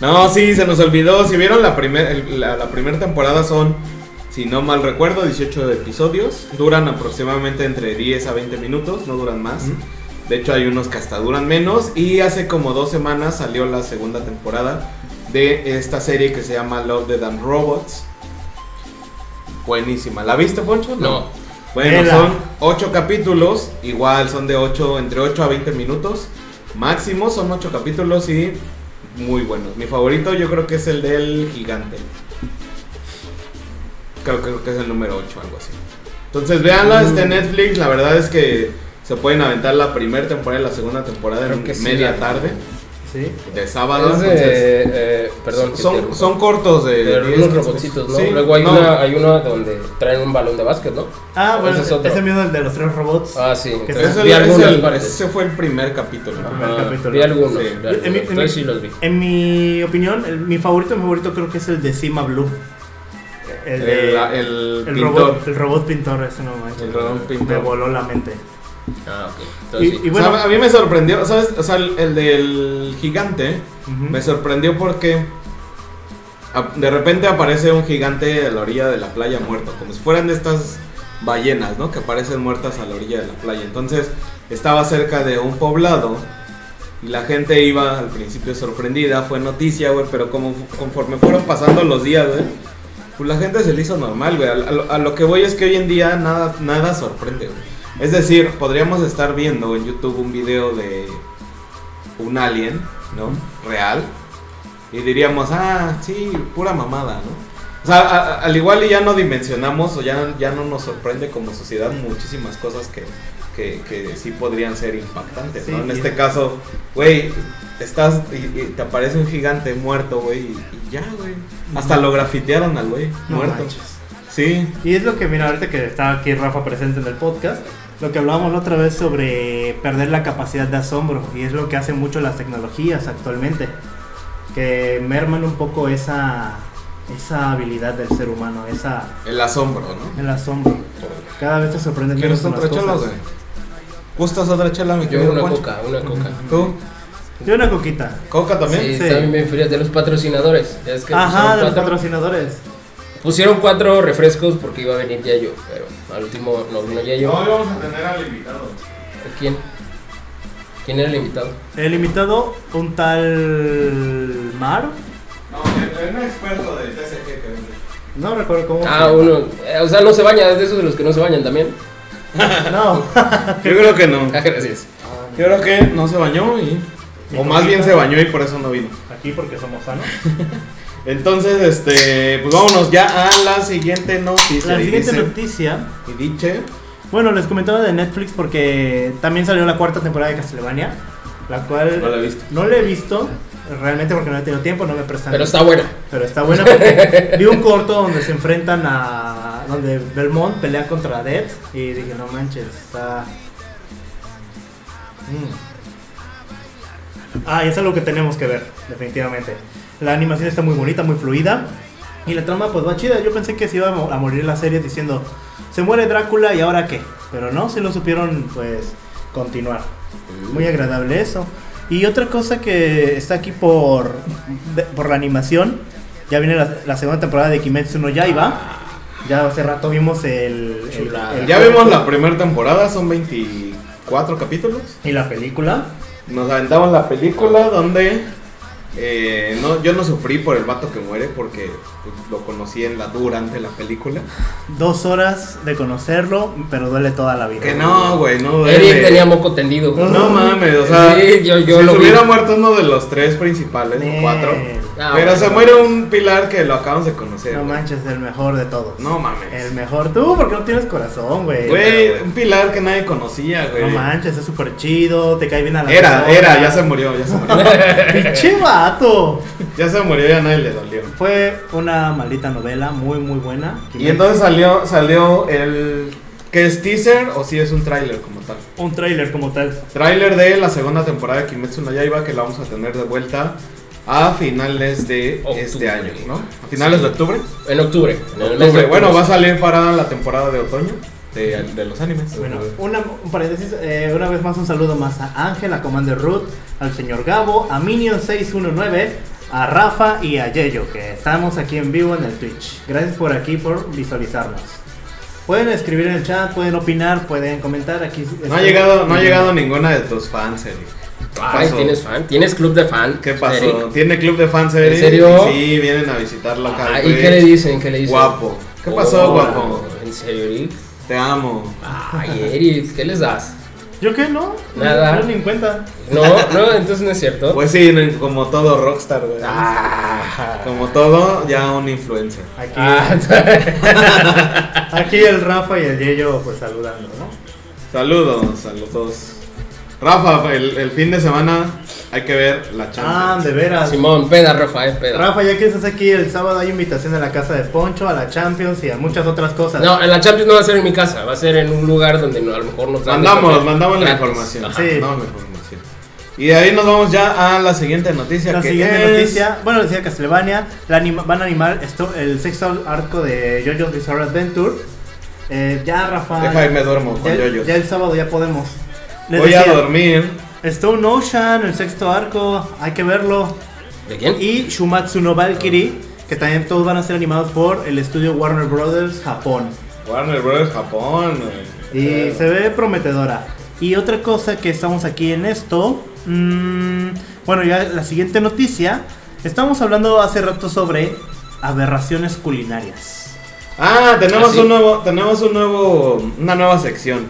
[SPEAKER 1] No, sí, se nos olvidó. Si vieron la primera la, la primera temporada son, si no mal recuerdo, 18 episodios. Duran aproximadamente entre 10 a 20 minutos, no duran más. De hecho hay unos que hasta duran menos. Y hace como dos semanas salió la segunda temporada de esta serie que se llama Love, the and Robots. Buenísima. ¿La viste, Poncho?
[SPEAKER 2] No.
[SPEAKER 1] Bueno,
[SPEAKER 3] Vela.
[SPEAKER 1] son 8 capítulos, igual son de 8, entre 8 a 20 minutos. Máximo son 8 capítulos y muy buenos. Mi favorito yo creo que es el del gigante. Creo, creo que es el número 8, algo así. Entonces véanla, está en
[SPEAKER 2] Mm.
[SPEAKER 1] Netflix, la verdad es que se pueden aventar la primera temporada y la segunda temporada
[SPEAKER 2] Creo
[SPEAKER 1] en
[SPEAKER 2] que sí,
[SPEAKER 1] media
[SPEAKER 2] la-
[SPEAKER 1] tarde
[SPEAKER 3] Sí.
[SPEAKER 1] de sábado.
[SPEAKER 2] Es de-
[SPEAKER 1] entonces,
[SPEAKER 2] eh, perdón, que
[SPEAKER 1] son,
[SPEAKER 2] interrumpa.
[SPEAKER 1] son cortos de...
[SPEAKER 2] Pero
[SPEAKER 1] 10,
[SPEAKER 2] unos
[SPEAKER 1] 15
[SPEAKER 2] robotcitos, ¿no?
[SPEAKER 1] sí,
[SPEAKER 2] Luego hay,
[SPEAKER 1] no,
[SPEAKER 2] una, hay una donde traen un balón de básquet, ¿no?
[SPEAKER 3] Ah, bueno,
[SPEAKER 2] Ese es
[SPEAKER 3] ese,
[SPEAKER 2] otro.
[SPEAKER 3] mismo el de los tres robots.
[SPEAKER 2] Ah, sí.
[SPEAKER 3] Que
[SPEAKER 1] pero
[SPEAKER 2] entonces,
[SPEAKER 1] ese-
[SPEAKER 2] vi
[SPEAKER 1] ese-
[SPEAKER 2] algunas partes.
[SPEAKER 1] ese fue el primer capítulo. ¿no?
[SPEAKER 3] primer
[SPEAKER 2] Ah,
[SPEAKER 3] capítulo.
[SPEAKER 2] Vi algunos.
[SPEAKER 1] Sí.
[SPEAKER 2] vi
[SPEAKER 1] En
[SPEAKER 2] algunos.
[SPEAKER 3] mi- en mi-
[SPEAKER 2] Entonces sí los vi.
[SPEAKER 3] En mi opinión, el- mi favorito, mi favorito creo que es el de Cima Blue. El,
[SPEAKER 1] El,
[SPEAKER 3] de-
[SPEAKER 1] el
[SPEAKER 3] el
[SPEAKER 1] pintor.
[SPEAKER 3] robot, el robot pintor, ese no manches.
[SPEAKER 1] El robot
[SPEAKER 3] Me
[SPEAKER 1] pintor.
[SPEAKER 3] voló la mente.
[SPEAKER 2] Ah, ok.
[SPEAKER 3] Y,
[SPEAKER 2] Entonces sí.
[SPEAKER 3] y bueno,
[SPEAKER 1] O sea, a mí me sorprendió, ¿sabes? O sea, el, el del gigante
[SPEAKER 3] ujú.
[SPEAKER 1] me sorprendió porque a- de repente aparece un gigante a la orilla de la playa muerto, como si fueran de estas ballenas, ¿no? Que aparecen muertas a la orilla de la playa. Entonces estaba cerca de un poblado y la gente iba al principio sorprendida, fue noticia, güey, pero como, conforme fueron pasando los días, güey, pues la gente se le hizo normal, güey. A, lo- a lo que voy es que hoy en día nada, nada sorprende, güey. Es decir, podríamos estar viendo en YouTube un video de un alien, ¿no? Real. Y diríamos, ah, sí, pura mamada, ¿no? O sea, a- a- al igual y ya no dimensionamos o ya, ya no nos sorprende como sociedad muchísimas cosas que, que, que sí podrían ser impactantes,
[SPEAKER 3] Sí,
[SPEAKER 1] ¿no? En
[SPEAKER 3] bien.
[SPEAKER 1] este caso, güey, estás y, y te aparece un gigante muerto, güey, y, y ya, güey. Hasta lo grafitearon al güey,
[SPEAKER 3] No
[SPEAKER 1] muerto.
[SPEAKER 3] manches.
[SPEAKER 1] Sí,
[SPEAKER 3] Y es lo que, mira, ahorita que está aquí Rafa presente en el podcast, lo que hablábamos la otra vez sobre perder la capacidad de asombro, y es lo que hacen mucho las tecnologías actualmente, que merman un poco esa, esa habilidad del ser humano, esa,
[SPEAKER 1] el asombro, ¿no?
[SPEAKER 3] el asombro. Cada vez te sorprende
[SPEAKER 1] ¿Quieres
[SPEAKER 3] menos con las
[SPEAKER 1] otra chela,
[SPEAKER 3] cosas.
[SPEAKER 1] güey? ¿Gustas otra chela, mi
[SPEAKER 2] Yo
[SPEAKER 1] querido
[SPEAKER 2] una
[SPEAKER 1] Pancho?
[SPEAKER 2] coca, una coca.
[SPEAKER 1] ¿Tú?
[SPEAKER 3] Yo una coquita.
[SPEAKER 1] ¿Coca también?
[SPEAKER 2] Sí,
[SPEAKER 3] Sí.
[SPEAKER 2] están bien frías de los patrocinadores. Ya es que
[SPEAKER 3] Ajá,
[SPEAKER 2] pusieron
[SPEAKER 3] de los
[SPEAKER 2] cuatro-
[SPEAKER 3] patrocinadores.
[SPEAKER 2] Pusieron cuatro refrescos porque iba a venir Yayo, pero al último no vino Yayo.
[SPEAKER 1] vamos a tener al invitado.
[SPEAKER 2] ¿Quién? ¿Quién era el invitado?
[SPEAKER 3] El invitado, un tal Mar,
[SPEAKER 1] No, un experto del TCG que vende.
[SPEAKER 3] no recuerdo cómo.
[SPEAKER 2] Ah, uno. eh, o sea, no se baña, es de esos de los que no se bañan también.
[SPEAKER 3] No,
[SPEAKER 1] Yo creo que no.
[SPEAKER 2] Ah, gracias.
[SPEAKER 1] Yo creo que no se bañó y. O más bien se bañó y por eso no vino.
[SPEAKER 3] aquí porque somos sanos.
[SPEAKER 1] Entonces, este, pues vámonos ya a la siguiente noticia.
[SPEAKER 3] La
[SPEAKER 1] Y
[SPEAKER 3] siguiente
[SPEAKER 1] dice-
[SPEAKER 3] noticia
[SPEAKER 1] y dice,
[SPEAKER 3] Bueno, les comentaba de Netflix porque también salió la cuarta temporada de Castlevania, la cual
[SPEAKER 1] No la he visto.
[SPEAKER 3] no la he visto realmente porque no he tenido tiempo, no me prestan.
[SPEAKER 2] Pero está buena.
[SPEAKER 3] Pero está buena porque vi un corto donde se enfrentan a donde Belmont pelea contra Dead y dije, "No manches, está Mm. Ah, y es algo que tenemos que ver, definitivamente. La animación está muy bonita, muy fluida. Y la trama pues va chida. Yo pensé que se iba a mo- a morir la serie diciendo, se muere Drácula y ahora qué. Pero no, se lo supieron pues continuar.
[SPEAKER 1] Mm.
[SPEAKER 3] Muy agradable eso. Y otra cosa que está aquí por, de- por la animación, ya viene la, la segunda temporada de Kimetsu no Yaiba. Ya hace rato vimos el... el-
[SPEAKER 2] Chulada.
[SPEAKER 3] el-
[SPEAKER 1] ya vemos la primera temporada, son 24 capítulos.
[SPEAKER 3] Y la película.
[SPEAKER 1] Nos aventamos la película donde Eh, no, yo no sufrí por el vato que muere porque pues, lo conocí en la durante la película.
[SPEAKER 3] Dos horas de conocerlo, pero duele toda la vida.
[SPEAKER 1] Que no, güey, no duele.
[SPEAKER 2] Eric tenía moco tendido. güey.
[SPEAKER 1] No mames, o sea,
[SPEAKER 2] Sí, yo- yo
[SPEAKER 1] si
[SPEAKER 2] lo
[SPEAKER 1] se
[SPEAKER 2] vi.
[SPEAKER 1] hubiera muerto uno de los tres principales,
[SPEAKER 3] Nel.
[SPEAKER 1] o cuatro.
[SPEAKER 2] Ah,
[SPEAKER 1] pero
[SPEAKER 2] bueno.
[SPEAKER 1] se muere un pilar que lo acabamos de conocer.
[SPEAKER 3] No
[SPEAKER 1] güey.
[SPEAKER 3] manches, el mejor de todos.
[SPEAKER 1] No mames.
[SPEAKER 3] El mejor. Tú, porque no tienes corazón, güey.
[SPEAKER 1] Güey, un pilar que nadie conocía, güey.
[SPEAKER 3] No manches, es súper chido, te cae bien a la
[SPEAKER 1] Era,
[SPEAKER 3] persona.
[SPEAKER 1] era, ya se murió, ya se murió.
[SPEAKER 3] ¡Pinche vato!
[SPEAKER 1] ya se murió y a nadie le dolió.
[SPEAKER 3] Fue una maldita novela muy, muy buena.
[SPEAKER 1] Y entonces salió, salió el. ¿Que es teaser o si es un tráiler como tal?
[SPEAKER 3] Un tráiler como tal.
[SPEAKER 1] Tráiler de la segunda temporada de Kimetsu no Yaiba que la vamos a tener de vuelta a finales de
[SPEAKER 2] Octubre.
[SPEAKER 1] este año, ¿no? A finales de octubre.
[SPEAKER 2] En octubre. en el mes de
[SPEAKER 1] Octubre, Bueno, va a
[SPEAKER 2] octubre.
[SPEAKER 1] salir para la temporada de otoño de, de los animes.
[SPEAKER 3] Bueno, una, un paréntesis, eh, una vez más un saludo más a Ángel, a Commander Root, al señor Gabo, a Minion619, a Rafa y a Yeyo, que estamos aquí en vivo en el Twitch. Gracias por aquí, por visualizarnos. Pueden escribir en el chat, pueden opinar, pueden comentar aquí.
[SPEAKER 1] no ha llegado, no ha llegado ninguna de tus fans, Eric. ¿Qué
[SPEAKER 2] Ay,
[SPEAKER 1] pasó?
[SPEAKER 2] tienes fan, tienes club de fan.
[SPEAKER 1] ¿Qué pasó?
[SPEAKER 2] Eric.
[SPEAKER 1] ¿Tiene club de fans, Eric?
[SPEAKER 2] ¿En serio?
[SPEAKER 1] Sí, vienen a visitarlo acá.
[SPEAKER 2] Ah, ¿Y
[SPEAKER 1] güey.
[SPEAKER 2] qué le dicen? ¿Qué le dicen?
[SPEAKER 1] Guapo. ¿Qué pasó,
[SPEAKER 2] Oh,
[SPEAKER 1] guapo?
[SPEAKER 2] ¿En serio, Eric?
[SPEAKER 1] Te amo.
[SPEAKER 2] Ay, Eric, ¿qué les das?
[SPEAKER 3] ¿Yo qué? No,
[SPEAKER 2] Nada.
[SPEAKER 3] No, ni en cuenta.
[SPEAKER 2] No, no, entonces no es cierto.
[SPEAKER 1] Pues sí, como todo rockstar, güey.
[SPEAKER 2] Ah.
[SPEAKER 1] Como todo, ya un influencer.
[SPEAKER 3] Aquí,
[SPEAKER 2] Ah,
[SPEAKER 3] aquí el Rafa y el Yeyo, pues saludando, ¿no?
[SPEAKER 1] Saludos a los dos. Rafa, el, el fin de semana hay que ver la
[SPEAKER 3] Ah,
[SPEAKER 1] Champions.
[SPEAKER 3] de veras.
[SPEAKER 2] Simón, peda, Rafa, eh, peda.
[SPEAKER 3] Rafa, ya que estás aquí el sábado, hay invitación a la casa de Poncho, a la Champions y a muchas otras cosas.
[SPEAKER 2] No, en la Champions no va a ser en mi casa, va a ser en un lugar donde no- a lo mejor nos
[SPEAKER 3] Ah,
[SPEAKER 2] dan de
[SPEAKER 1] mandamos,
[SPEAKER 2] comer
[SPEAKER 1] mandamos la
[SPEAKER 2] gratis.
[SPEAKER 1] información.
[SPEAKER 2] Ajá.
[SPEAKER 3] Sí.
[SPEAKER 1] Mandamos la información. Y de ahí nos vamos ya a la siguiente noticia.
[SPEAKER 3] La
[SPEAKER 1] que
[SPEAKER 3] siguiente
[SPEAKER 1] es-
[SPEAKER 3] noticia, bueno, decía Castlevania, la anima- van a animar esto, el sexto arco de JoJo's Bizarre Adventure. Eh, ya, Rafa.
[SPEAKER 1] Deja y me duermo con
[SPEAKER 3] ya,
[SPEAKER 1] JoJo's.
[SPEAKER 3] ya el sábado ya podemos. Les
[SPEAKER 1] Voy
[SPEAKER 3] decía,
[SPEAKER 1] a dormir.
[SPEAKER 3] Stone Ocean, el sexto arco, hay que verlo.
[SPEAKER 2] ¿De quién?
[SPEAKER 3] Y Shumatsu no Valkyrie, que también todos van a ser animados por el estudio Warner Brothers Japón.
[SPEAKER 1] Warner Brothers Japón.
[SPEAKER 3] Y
[SPEAKER 1] güey.
[SPEAKER 3] se ve prometedora. Y otra cosa que estamos aquí en esto. mm, bueno, ya la siguiente noticia. Estamos hablando hace rato sobre aberraciones culinarias.
[SPEAKER 1] Ah, tenemos
[SPEAKER 2] Ah, sí.
[SPEAKER 1] un nuevo, tenemos un nuevo, una nueva sección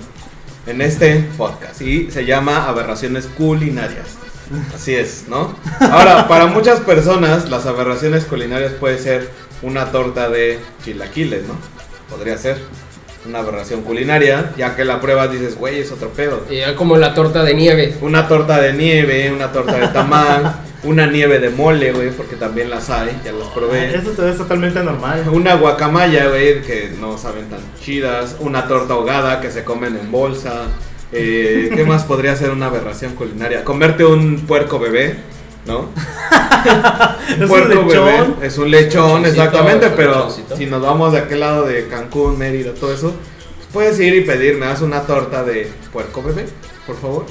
[SPEAKER 1] en este podcast y se llama aberraciones culinarias. Así es, ¿no? Ahora, para muchas personas las aberraciones culinarias puede ser una torta de chilaquiles, ¿no? Podría ser una aberración culinaria, ya que la prueba dices, güey, es otro pedo.
[SPEAKER 2] Eh, como la torta de nieve.
[SPEAKER 1] Una torta de nieve, una torta de tamal, una nieve de mole, güey, porque también las hay, ya las probé.
[SPEAKER 3] Eso te- es totalmente normal.
[SPEAKER 1] Una guacamaya, güey, que no saben tan chidas. Una torta ahogada que se comen en bolsa. eh, ¿Qué más podría ser una aberración culinaria? Comerte un puerco bebé, ¿no?
[SPEAKER 3] Es un
[SPEAKER 1] puerco
[SPEAKER 3] lechón.
[SPEAKER 1] Es un lechón,
[SPEAKER 2] Lechoncito,
[SPEAKER 1] exactamente.
[SPEAKER 2] un
[SPEAKER 1] Pero
[SPEAKER 2] lechoncito.
[SPEAKER 1] si nos vamos de aquel lado de Cancún, Mérida, todo eso, pues puedes ir y pedir, me das una torta de puerco bebé, por favor.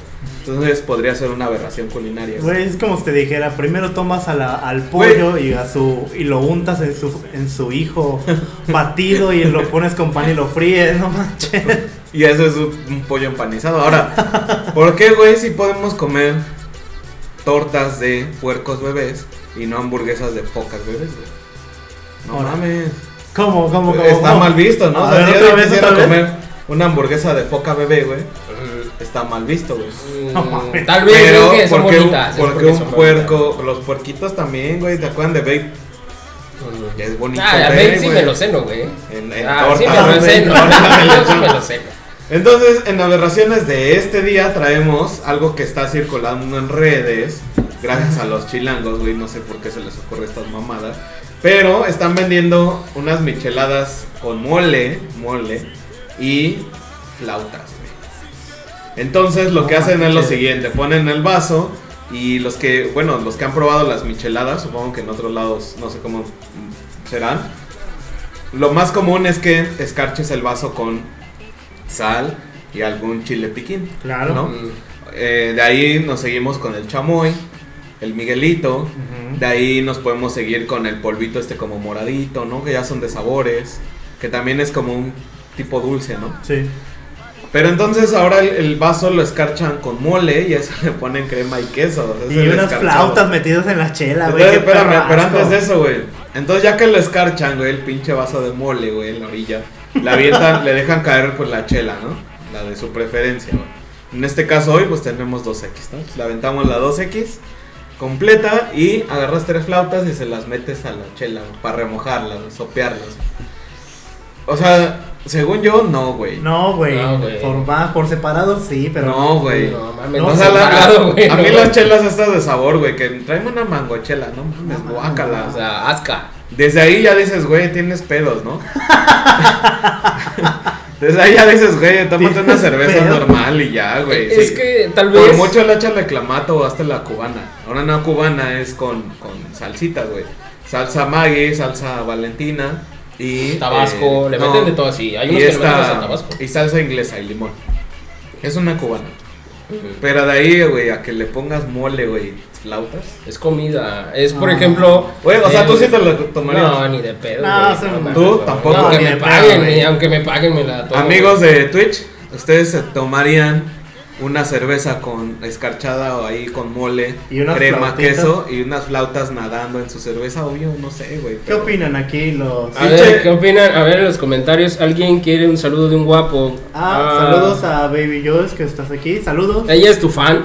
[SPEAKER 1] Entonces podría ser una aberración culinaria.
[SPEAKER 3] Güey, es como si te dijera, primero tomas a la- al
[SPEAKER 1] Güey.
[SPEAKER 3] pollo y a su y lo untas en su en su hijo batido y lo pones con pan y lo fríes, no manches.
[SPEAKER 1] Y eso es un, un pollo empanizado. Ahora, ¿por qué, güey, si podemos comer tortas de puercos bebés y no hamburguesas de focas bebés, güey? No
[SPEAKER 3] Ahora,
[SPEAKER 1] mames.
[SPEAKER 3] ¿Cómo, cómo, cómo?
[SPEAKER 1] está
[SPEAKER 3] cómo?
[SPEAKER 1] mal visto, ¿no?
[SPEAKER 3] A
[SPEAKER 1] O sea,
[SPEAKER 3] ver,
[SPEAKER 1] si yo
[SPEAKER 3] otra vez,
[SPEAKER 1] quisiera
[SPEAKER 3] otra vez.
[SPEAKER 1] comer una hamburguesa de foca bebé, güey, está mal visto, güey.
[SPEAKER 2] Mm,
[SPEAKER 3] No mames.
[SPEAKER 2] tal vez
[SPEAKER 1] Pero,
[SPEAKER 2] es que son
[SPEAKER 1] ¿por qué un,
[SPEAKER 2] bonitas. es
[SPEAKER 1] por qué
[SPEAKER 2] porque
[SPEAKER 1] un
[SPEAKER 2] son
[SPEAKER 1] puerco? Los puerquitos también, güey, ¿te acuerdan de Babe?
[SPEAKER 2] bonitas.
[SPEAKER 1] Ya es bonito,
[SPEAKER 2] Ah, a
[SPEAKER 1] ver,
[SPEAKER 2] ver, sí
[SPEAKER 1] güey.
[SPEAKER 2] me lo ceno, güey.
[SPEAKER 1] En, en
[SPEAKER 2] Ah,
[SPEAKER 1] torta,
[SPEAKER 2] sí me lo
[SPEAKER 1] güey.
[SPEAKER 2] ceno.
[SPEAKER 1] Torta de
[SPEAKER 2] Yo sí
[SPEAKER 1] lechón.
[SPEAKER 2] me lo ceno.
[SPEAKER 1] Entonces, en aberraciones de este día traemos algo que está circulando en redes, gracias a los chilangos, güey, no sé por qué se les ocurre estas mamadas, pero están vendiendo unas micheladas con mole, mole y flautas, güey. Entonces, lo que
[SPEAKER 3] No
[SPEAKER 1] hacen es lo
[SPEAKER 3] manches.
[SPEAKER 1] siguiente, ponen el vaso y los que, bueno, los que han probado las micheladas, supongo que en otros lados no sé cómo serán, lo más común es que escarches el vaso con sal y algún chile piquín.
[SPEAKER 3] Claro.
[SPEAKER 1] ¿no?
[SPEAKER 2] Mm.
[SPEAKER 1] Eh, de ahí nos seguimos con el chamoy, el miguelito.
[SPEAKER 3] Ujú.
[SPEAKER 1] De ahí nos podemos seguir con el polvito este como moradito, ¿no? Que ya son de sabores. Que también es como un tipo dulce, ¿no?
[SPEAKER 3] Sí.
[SPEAKER 1] Pero entonces ahora el, el vaso lo escarchan con mole y a eso le ponen crema y queso. o sea, es
[SPEAKER 3] Y
[SPEAKER 1] el
[SPEAKER 3] unas
[SPEAKER 1] escarchado.
[SPEAKER 3] flautas metidas en la chela, güey.
[SPEAKER 1] Entonces,
[SPEAKER 3] qué
[SPEAKER 1] espérame,
[SPEAKER 3] perro
[SPEAKER 1] pero
[SPEAKER 3] asco.
[SPEAKER 1] antes de eso, güey. Entonces, ya que lo escarchan, güey, el pinche vaso de mole, güey, en la orilla. La avientan, le dejan caer, pues, la chela, ¿no? La de su preferencia, güey. En este caso, hoy, pues, tenemos 2X, ¿no? Le aventamos la 2X completa y agarras tres flautas y se las metes a la chela, güey, para remojarlas, güey, sopearlas. O sea, según yo, no, güey.
[SPEAKER 3] No, güey.
[SPEAKER 2] No, güey.
[SPEAKER 3] por más, por separado sí, pero.
[SPEAKER 1] No, güey.
[SPEAKER 2] No mames,
[SPEAKER 3] No,
[SPEAKER 2] no,
[SPEAKER 1] o sea, la-
[SPEAKER 2] separado, güey.
[SPEAKER 1] a mí
[SPEAKER 2] no.
[SPEAKER 1] las chelas estas de sabor, güey, que traen una mango chela, no mames,
[SPEAKER 3] No mames,
[SPEAKER 1] guácala.
[SPEAKER 2] O sea, asca.
[SPEAKER 1] Desde ahí ya dices, güey, tienes pedos, ¿no? Desde ahí ya dices, güey, tómate una
[SPEAKER 3] Tienes
[SPEAKER 1] cerveza
[SPEAKER 3] pedos.
[SPEAKER 1] normal y ya, güey.
[SPEAKER 2] es
[SPEAKER 1] sí.
[SPEAKER 2] que tal vez.
[SPEAKER 1] Por mucho le echa la clamato o hasta la cubana. Ahora no cubana es con, con salsita, güey. Salsa Maggi, salsa Valentina y...
[SPEAKER 2] Tabasco,
[SPEAKER 1] eh,
[SPEAKER 2] le
[SPEAKER 1] no,
[SPEAKER 2] meten de todo así. Hay unos
[SPEAKER 1] y
[SPEAKER 2] que le meten hasta
[SPEAKER 1] esta,
[SPEAKER 2] tabasco.
[SPEAKER 1] y salsa inglesa y limón. Es una cubana.
[SPEAKER 2] Ujú.
[SPEAKER 1] Pero de ahí, güey, a que le pongas mole, güey, flautas.
[SPEAKER 2] Es comida. Es, por
[SPEAKER 3] Ah.
[SPEAKER 2] ejemplo.
[SPEAKER 1] Güey, o sea, tú
[SPEAKER 2] el-
[SPEAKER 1] sí te lo tomarías.
[SPEAKER 2] No, ni de pedo.
[SPEAKER 3] No,
[SPEAKER 2] güey,
[SPEAKER 3] se-
[SPEAKER 2] mames,
[SPEAKER 1] ¿Tú?
[SPEAKER 2] güey.
[SPEAKER 1] Tampoco.
[SPEAKER 2] Aunque
[SPEAKER 3] Ni
[SPEAKER 2] me
[SPEAKER 3] de pedo,
[SPEAKER 2] paguen,
[SPEAKER 3] güey.
[SPEAKER 2] güey, aunque me paguen, me la tomo.
[SPEAKER 1] Amigos
[SPEAKER 2] güey.
[SPEAKER 1] de Twitch, ustedes se tomarían una cerveza con escarchada o ahí con mole,
[SPEAKER 3] Y unas
[SPEAKER 1] crema,
[SPEAKER 3] flautitas.
[SPEAKER 1] queso y unas flautas nadando en su cerveza, obvio, no sé, güey.
[SPEAKER 3] ¿Qué
[SPEAKER 1] pero-
[SPEAKER 3] opinan aquí los.?
[SPEAKER 1] Ah.
[SPEAKER 2] A ver, ¿qué opinan? A ver en los comentarios. ¿Alguien quiere un saludo de un guapo?
[SPEAKER 3] Ah, saludos a Baby Joyce que estás aquí. Saludos.
[SPEAKER 1] Eh,
[SPEAKER 2] Ella es tu fan.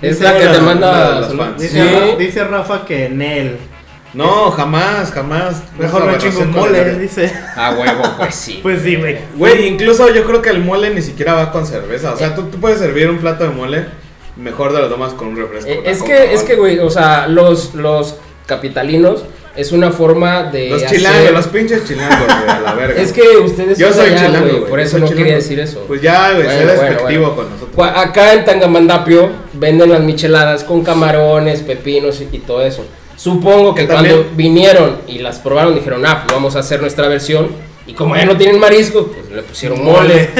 [SPEAKER 2] Es
[SPEAKER 3] Dice
[SPEAKER 2] la que
[SPEAKER 3] la-
[SPEAKER 1] la
[SPEAKER 2] te
[SPEAKER 1] de
[SPEAKER 2] manda.
[SPEAKER 1] los
[SPEAKER 2] saludos.
[SPEAKER 1] fans.
[SPEAKER 3] Dice,
[SPEAKER 2] Sí.
[SPEAKER 3] Ra- dice Rafa que en él.
[SPEAKER 1] No, jamás, jamás.
[SPEAKER 3] Mejor
[SPEAKER 1] Esa
[SPEAKER 3] no chingo
[SPEAKER 1] aberración
[SPEAKER 3] un mole,
[SPEAKER 1] culera.
[SPEAKER 3] dice.
[SPEAKER 2] A huevo, pues sí.
[SPEAKER 3] Pues sí, güey.
[SPEAKER 1] Güey, incluso yo creo que el mole ni siquiera va con cerveza. O sea, tú, tú puedes servir un plato de mole, mejor te lo tomas con un refresco.
[SPEAKER 2] Eh,
[SPEAKER 1] una
[SPEAKER 2] es
[SPEAKER 1] coca
[SPEAKER 2] que,
[SPEAKER 1] o
[SPEAKER 2] es
[SPEAKER 1] algo.
[SPEAKER 2] que, güey, o sea, los, los capitalinos es una forma de.
[SPEAKER 1] Los
[SPEAKER 2] hacer-
[SPEAKER 1] chilangos, los pinches chilangos, güey, a la verga.
[SPEAKER 2] Es que ustedes
[SPEAKER 1] Yo
[SPEAKER 2] son
[SPEAKER 1] soy
[SPEAKER 2] allá,
[SPEAKER 1] chilango,
[SPEAKER 2] güey,
[SPEAKER 1] güey,
[SPEAKER 2] Por
[SPEAKER 1] yo
[SPEAKER 2] eso
[SPEAKER 1] soy
[SPEAKER 2] no
[SPEAKER 1] chilango.
[SPEAKER 2] quería decir eso.
[SPEAKER 1] Pues ya, güey, sé
[SPEAKER 2] Bueno, bueno,
[SPEAKER 1] despectivo
[SPEAKER 2] bueno.
[SPEAKER 1] con nosotros.
[SPEAKER 2] Cu- Acá en Tangamandapio venden las micheladas con camarones, pepinos y, y todo eso. Supongo que
[SPEAKER 1] Que
[SPEAKER 2] cuando
[SPEAKER 1] también-
[SPEAKER 2] vinieron y las probaron dijeron, ah, pues vamos a hacer nuestra versión. Y como ya no tienen mariscos, pues le pusieron mole.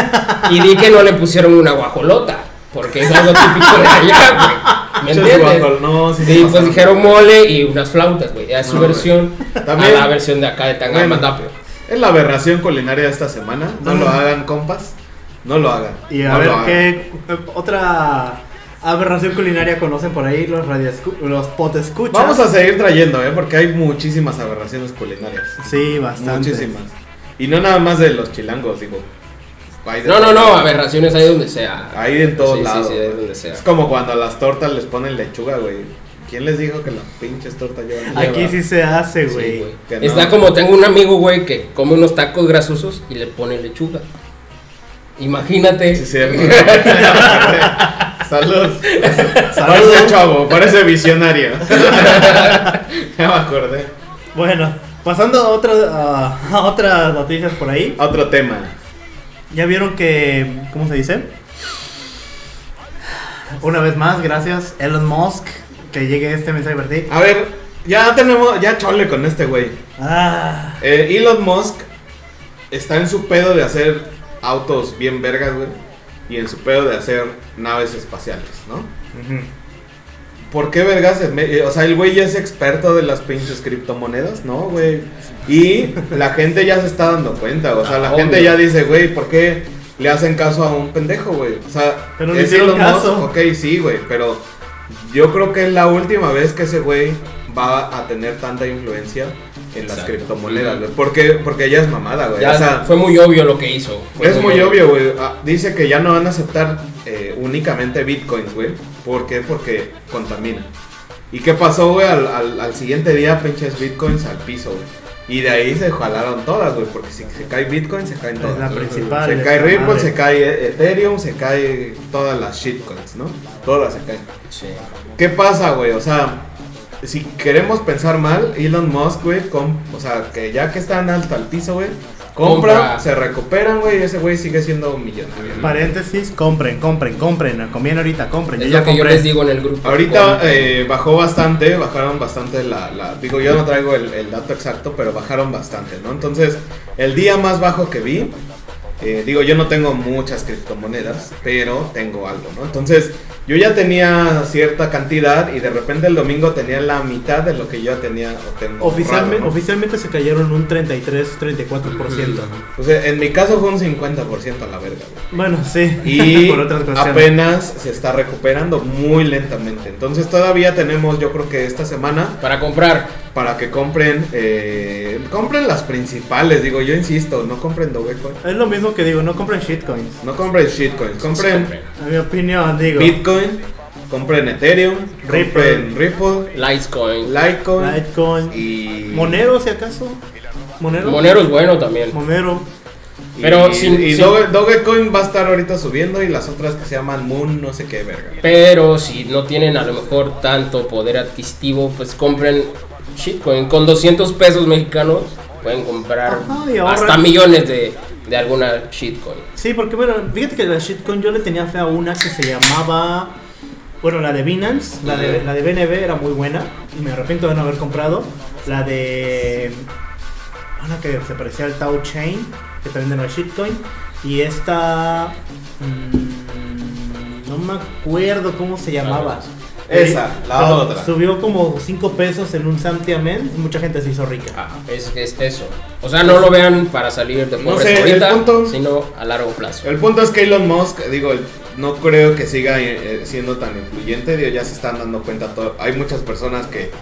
[SPEAKER 2] y di que no le pusieron una guajolota, porque es algo típico de allá, güey. ¿Me
[SPEAKER 1] Muchos
[SPEAKER 2] entiendes?
[SPEAKER 1] guajol- no, sí, sí,
[SPEAKER 2] Sí, pues
[SPEAKER 1] pasaron.
[SPEAKER 2] dijeron mole y unas flautas, güey. Es su
[SPEAKER 1] No, güey.
[SPEAKER 2] versión
[SPEAKER 1] También-
[SPEAKER 2] a la versión de acá de Tangamandapio.
[SPEAKER 1] Es la aberración culinaria de esta semana. No lo hagan, compas. No lo hagan.
[SPEAKER 3] Y a
[SPEAKER 1] No
[SPEAKER 3] ver
[SPEAKER 1] lo hagan.
[SPEAKER 3] qué eh, otra aberración culinaria conocen por ahí los radioscu- los potescuchas.
[SPEAKER 1] Vamos a seguir trayendo, ¿eh? Porque hay muchísimas aberraciones culinarias.
[SPEAKER 3] Sí, bastante.
[SPEAKER 1] Muchísimas. Y no nada más de los chilangos, digo. Hay de
[SPEAKER 2] No, no,
[SPEAKER 1] todo.
[SPEAKER 2] no, aberraciones hay donde sea.
[SPEAKER 1] Hay en todos
[SPEAKER 2] Sí, sí,
[SPEAKER 1] lados.
[SPEAKER 2] sí, hay donde sea.
[SPEAKER 1] Es como cuando a las tortas les ponen lechuga, güey. ¿Quién les dijo que las pinches tortas llevan lechuga?
[SPEAKER 3] Aquí sí se hace,
[SPEAKER 2] Sí,
[SPEAKER 3] güey.
[SPEAKER 2] güey.
[SPEAKER 1] que no.
[SPEAKER 2] Está como tengo un amigo, güey, que come unos tacos grasosos y le pone lechuga. Imagínate.
[SPEAKER 1] Sí, sí. Salud.
[SPEAKER 3] Salud.
[SPEAKER 1] Parece chavo, parece visionario. ya me acordé.
[SPEAKER 3] Bueno, pasando a, otra, a- a otras noticias por ahí.
[SPEAKER 1] Otro tema.
[SPEAKER 3] Ya vieron que, ¿cómo se dice? Una vez más, gracias Elon Musk que llegue este mensaje para ti.
[SPEAKER 1] A ver, ya tenemos, ya chole con este güey.
[SPEAKER 3] Ah,
[SPEAKER 1] Eh, Elon Musk está en su pedo de hacer autos bien vergas, güey. Y en su pedo de hacer naves espaciales, ¿no? ¿Por qué vergas? se me- eh, O sea, el güey ya es experto de las pinches criptomonedas, ¿no, güey? Y la gente ya se está dando cuenta, o sea, la
[SPEAKER 2] Ah,
[SPEAKER 1] gente
[SPEAKER 2] obvio.
[SPEAKER 1] ya dice, güey, ¿por qué le hacen caso a un pendejo, güey? O sea,
[SPEAKER 3] Pero le
[SPEAKER 1] es
[SPEAKER 3] hicieron
[SPEAKER 1] Elon Musk,
[SPEAKER 3] caso.
[SPEAKER 1] ok, sí, güey, pero yo creo que es la última vez que ese güey va a tener tanta influencia en las
[SPEAKER 2] Exacto.
[SPEAKER 1] criptomonedas, güey. Porque, porque ya es mamada, güey.
[SPEAKER 2] Ya
[SPEAKER 1] o sea,
[SPEAKER 2] fue muy obvio lo que hizo. Fue
[SPEAKER 1] es muy obvio, güey. Ah, Dice que ya no van a aceptar eh, únicamente bitcoins, güey. ¿Por qué? Porque contamina. ¿Y qué pasó, güey? Al, al- al siguiente día, pinches bitcoins al piso, güey. Y de ahí se jalaron todas, güey. Porque si se cae bitcoin, se caen
[SPEAKER 3] es la
[SPEAKER 1] todas.
[SPEAKER 3] principal.
[SPEAKER 1] Se
[SPEAKER 3] es
[SPEAKER 1] cae
[SPEAKER 3] la
[SPEAKER 1] Ripple,
[SPEAKER 3] madre.
[SPEAKER 1] se cae Ethereum, se cae todas las shitcoins, ¿no? Todas se caen.
[SPEAKER 2] Sí.
[SPEAKER 1] ¿Qué pasa, güey? O sea, si queremos pensar mal, Elon Musk, güey, com- o sea, que ya que están alto al piso, güey, compra,
[SPEAKER 2] Compra.
[SPEAKER 1] se recuperan, güey, y ese güey sigue siendo millonario. ¿no?
[SPEAKER 3] Paréntesis, compren, compren, compren. Conviene ahorita, compren.
[SPEAKER 2] Es
[SPEAKER 3] ya
[SPEAKER 2] lo que yo
[SPEAKER 3] compré.
[SPEAKER 2] les digo en el grupo.
[SPEAKER 1] Ahorita
[SPEAKER 2] Con-
[SPEAKER 1] eh, bajó bastante, bajaron bastante la, la- Digo, yo no traigo el, el dato exacto, pero bajaron bastante, ¿no? Entonces, el día más bajo que vi Eh, digo, yo no tengo muchas criptomonedas, pero tengo algo, ¿no? Entonces, yo ya tenía cierta cantidad y de repente el domingo tenía la mitad de lo que yo tenía o tengo.
[SPEAKER 3] Oficialmente,
[SPEAKER 1] ahorrado, ¿no?
[SPEAKER 3] oficialmente se cayeron un 33-34%.
[SPEAKER 1] O sea, en mi caso fue un 50% a la verga, güey.
[SPEAKER 3] Bueno, sí.
[SPEAKER 1] Y
[SPEAKER 3] por otras cuestiones.
[SPEAKER 1] apenas se está recuperando muy lentamente. Entonces todavía tenemos, yo creo que esta semana,
[SPEAKER 2] Para comprar.
[SPEAKER 1] para que compren, eh, compren las principales. Digo, yo insisto, no compren Dogecoin,
[SPEAKER 3] Es lo mismo que digo, no compren shitcoins.
[SPEAKER 1] no compren shitcoin, compren
[SPEAKER 3] A mi opinión, digo.
[SPEAKER 1] Bitcoin, compren Ethereum,
[SPEAKER 3] Ripple.
[SPEAKER 1] compren Ripple,
[SPEAKER 2] Litecoin.
[SPEAKER 1] Litecoin,
[SPEAKER 3] Litecoin.
[SPEAKER 1] y
[SPEAKER 3] Monero, si acaso. Monero.
[SPEAKER 2] Monero es bueno también.
[SPEAKER 3] Monero.
[SPEAKER 1] y-
[SPEAKER 2] Pero sin-
[SPEAKER 1] y
[SPEAKER 2] sin-
[SPEAKER 1] Doge- Dogecoin va a estar ahorita subiendo y las otras que se llaman Moon, no sé qué verga.
[SPEAKER 2] Pero si no tienen a lo mejor tanto poder adquisitivo, pues compren shitcoin. Con 200 pesos mexicanos pueden comprar
[SPEAKER 3] Ajá, y ahorran.
[SPEAKER 2] hasta millones de, de alguna shitcoin.
[SPEAKER 3] Sí, porque bueno, fíjate que la shitcoin yo le tenía fe a una que se llamaba. Bueno, la de Binance, la de, la de BNB era muy buena y me arrepiento de no haber comprado. La de. Una que se parecía al Tau Chain, que también era una shitcoin. Y esta. mm, no me acuerdo cómo se llamaba.
[SPEAKER 1] Esa, la
[SPEAKER 3] pero
[SPEAKER 1] otra.
[SPEAKER 3] Subió como 5 pesos en un santiamén y mucha gente se hizo rica.
[SPEAKER 2] Ah, es, es eso. O sea, no lo vean para salir de
[SPEAKER 1] No
[SPEAKER 2] pobres
[SPEAKER 1] sé, el
[SPEAKER 2] ahorita,
[SPEAKER 1] punto-
[SPEAKER 2] sino a largo plazo.
[SPEAKER 1] El punto es que Elon Musk, digo, no creo que siga eh, siendo tan influyente, digo, ya se están dando cuenta, todo- hay muchas personas que,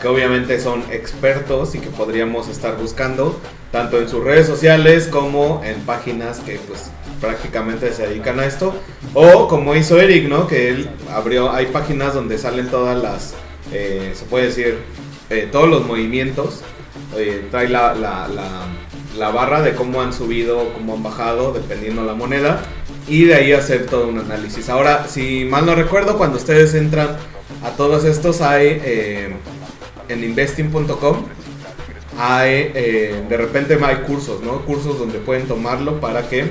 [SPEAKER 1] que obviamente son expertos y que podríamos estar buscando, tanto en sus redes sociales como en páginas que pues prácticamente se dedican a esto, o como hizo Eric, ¿no? Que él abrió, hay páginas donde salen todas las, eh, se puede decir, eh, todos los movimientos, eh, trae la, la- la- la barra de cómo han subido, cómo han bajado, dependiendo la moneda, y de ahí hacer todo un análisis. Ahora, si mal no recuerdo, cuando ustedes entran a todos estos, hay eh, en investing.com, hay, eh, de repente hay cursos, ¿no? Cursos donde pueden tomarlo para que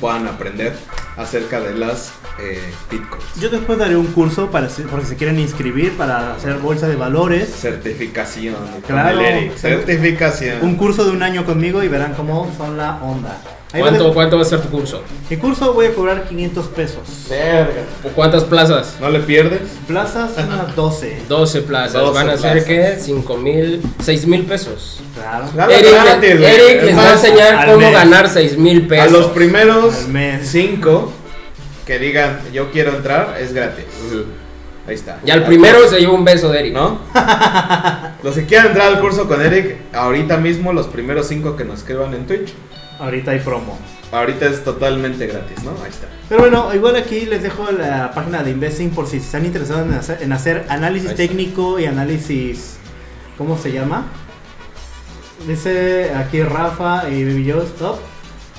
[SPEAKER 1] puedan aprender acerca de las eh, bitcoins.
[SPEAKER 3] Yo después daré un curso para si- por si se quieren inscribir para hacer bolsa de valores.
[SPEAKER 1] Certificación. con
[SPEAKER 3] Claro.
[SPEAKER 1] el Eric. Certificación.
[SPEAKER 3] un curso de un año conmigo y verán cómo son la onda. Ahí va
[SPEAKER 2] ¿Cuánto,
[SPEAKER 3] de-
[SPEAKER 2] ¿Cuánto va a ser tu curso?
[SPEAKER 3] Mi curso voy a cobrar 500 pesos.
[SPEAKER 1] Verga.
[SPEAKER 2] ¿O ¿Cuántas plazas?
[SPEAKER 1] ¿No le pierdes?
[SPEAKER 3] Plazas unas 12.
[SPEAKER 2] 12 plazas.
[SPEAKER 1] 12
[SPEAKER 2] Van a ser
[SPEAKER 1] plazas.
[SPEAKER 2] que 5 mil, 6 mil pesos.
[SPEAKER 3] Claro.
[SPEAKER 1] Claro,
[SPEAKER 2] Eric,
[SPEAKER 1] Ah, gratis, güey.
[SPEAKER 2] Eric les
[SPEAKER 1] Es
[SPEAKER 2] va a
[SPEAKER 1] más,
[SPEAKER 2] enseñar
[SPEAKER 3] al
[SPEAKER 2] cómo
[SPEAKER 3] mes.
[SPEAKER 2] ganar 6 mil
[SPEAKER 1] A
[SPEAKER 2] pesos.
[SPEAKER 1] los primeros
[SPEAKER 3] Al mes.
[SPEAKER 1] cinco que digan yo quiero entrar es gratis.
[SPEAKER 2] Ujú.
[SPEAKER 1] Ahí está.
[SPEAKER 2] Y al primero se lleva un beso de Eric.
[SPEAKER 1] ¿No? los que quieran entrar al curso con Eric, ahorita mismo los primeros cinco que nos escriban en Twitch,
[SPEAKER 3] Ahorita hay promo.
[SPEAKER 1] ahorita es totalmente gratis, ¿no? Ahí está.
[SPEAKER 3] Pero bueno, igual aquí les dejo la página de Investing por si están interesados en hacer, en hacer análisis
[SPEAKER 2] Ahí está.
[SPEAKER 3] técnico y análisis. ¿Cómo se llama? Dice aquí Rafa y Baby Joe, stop.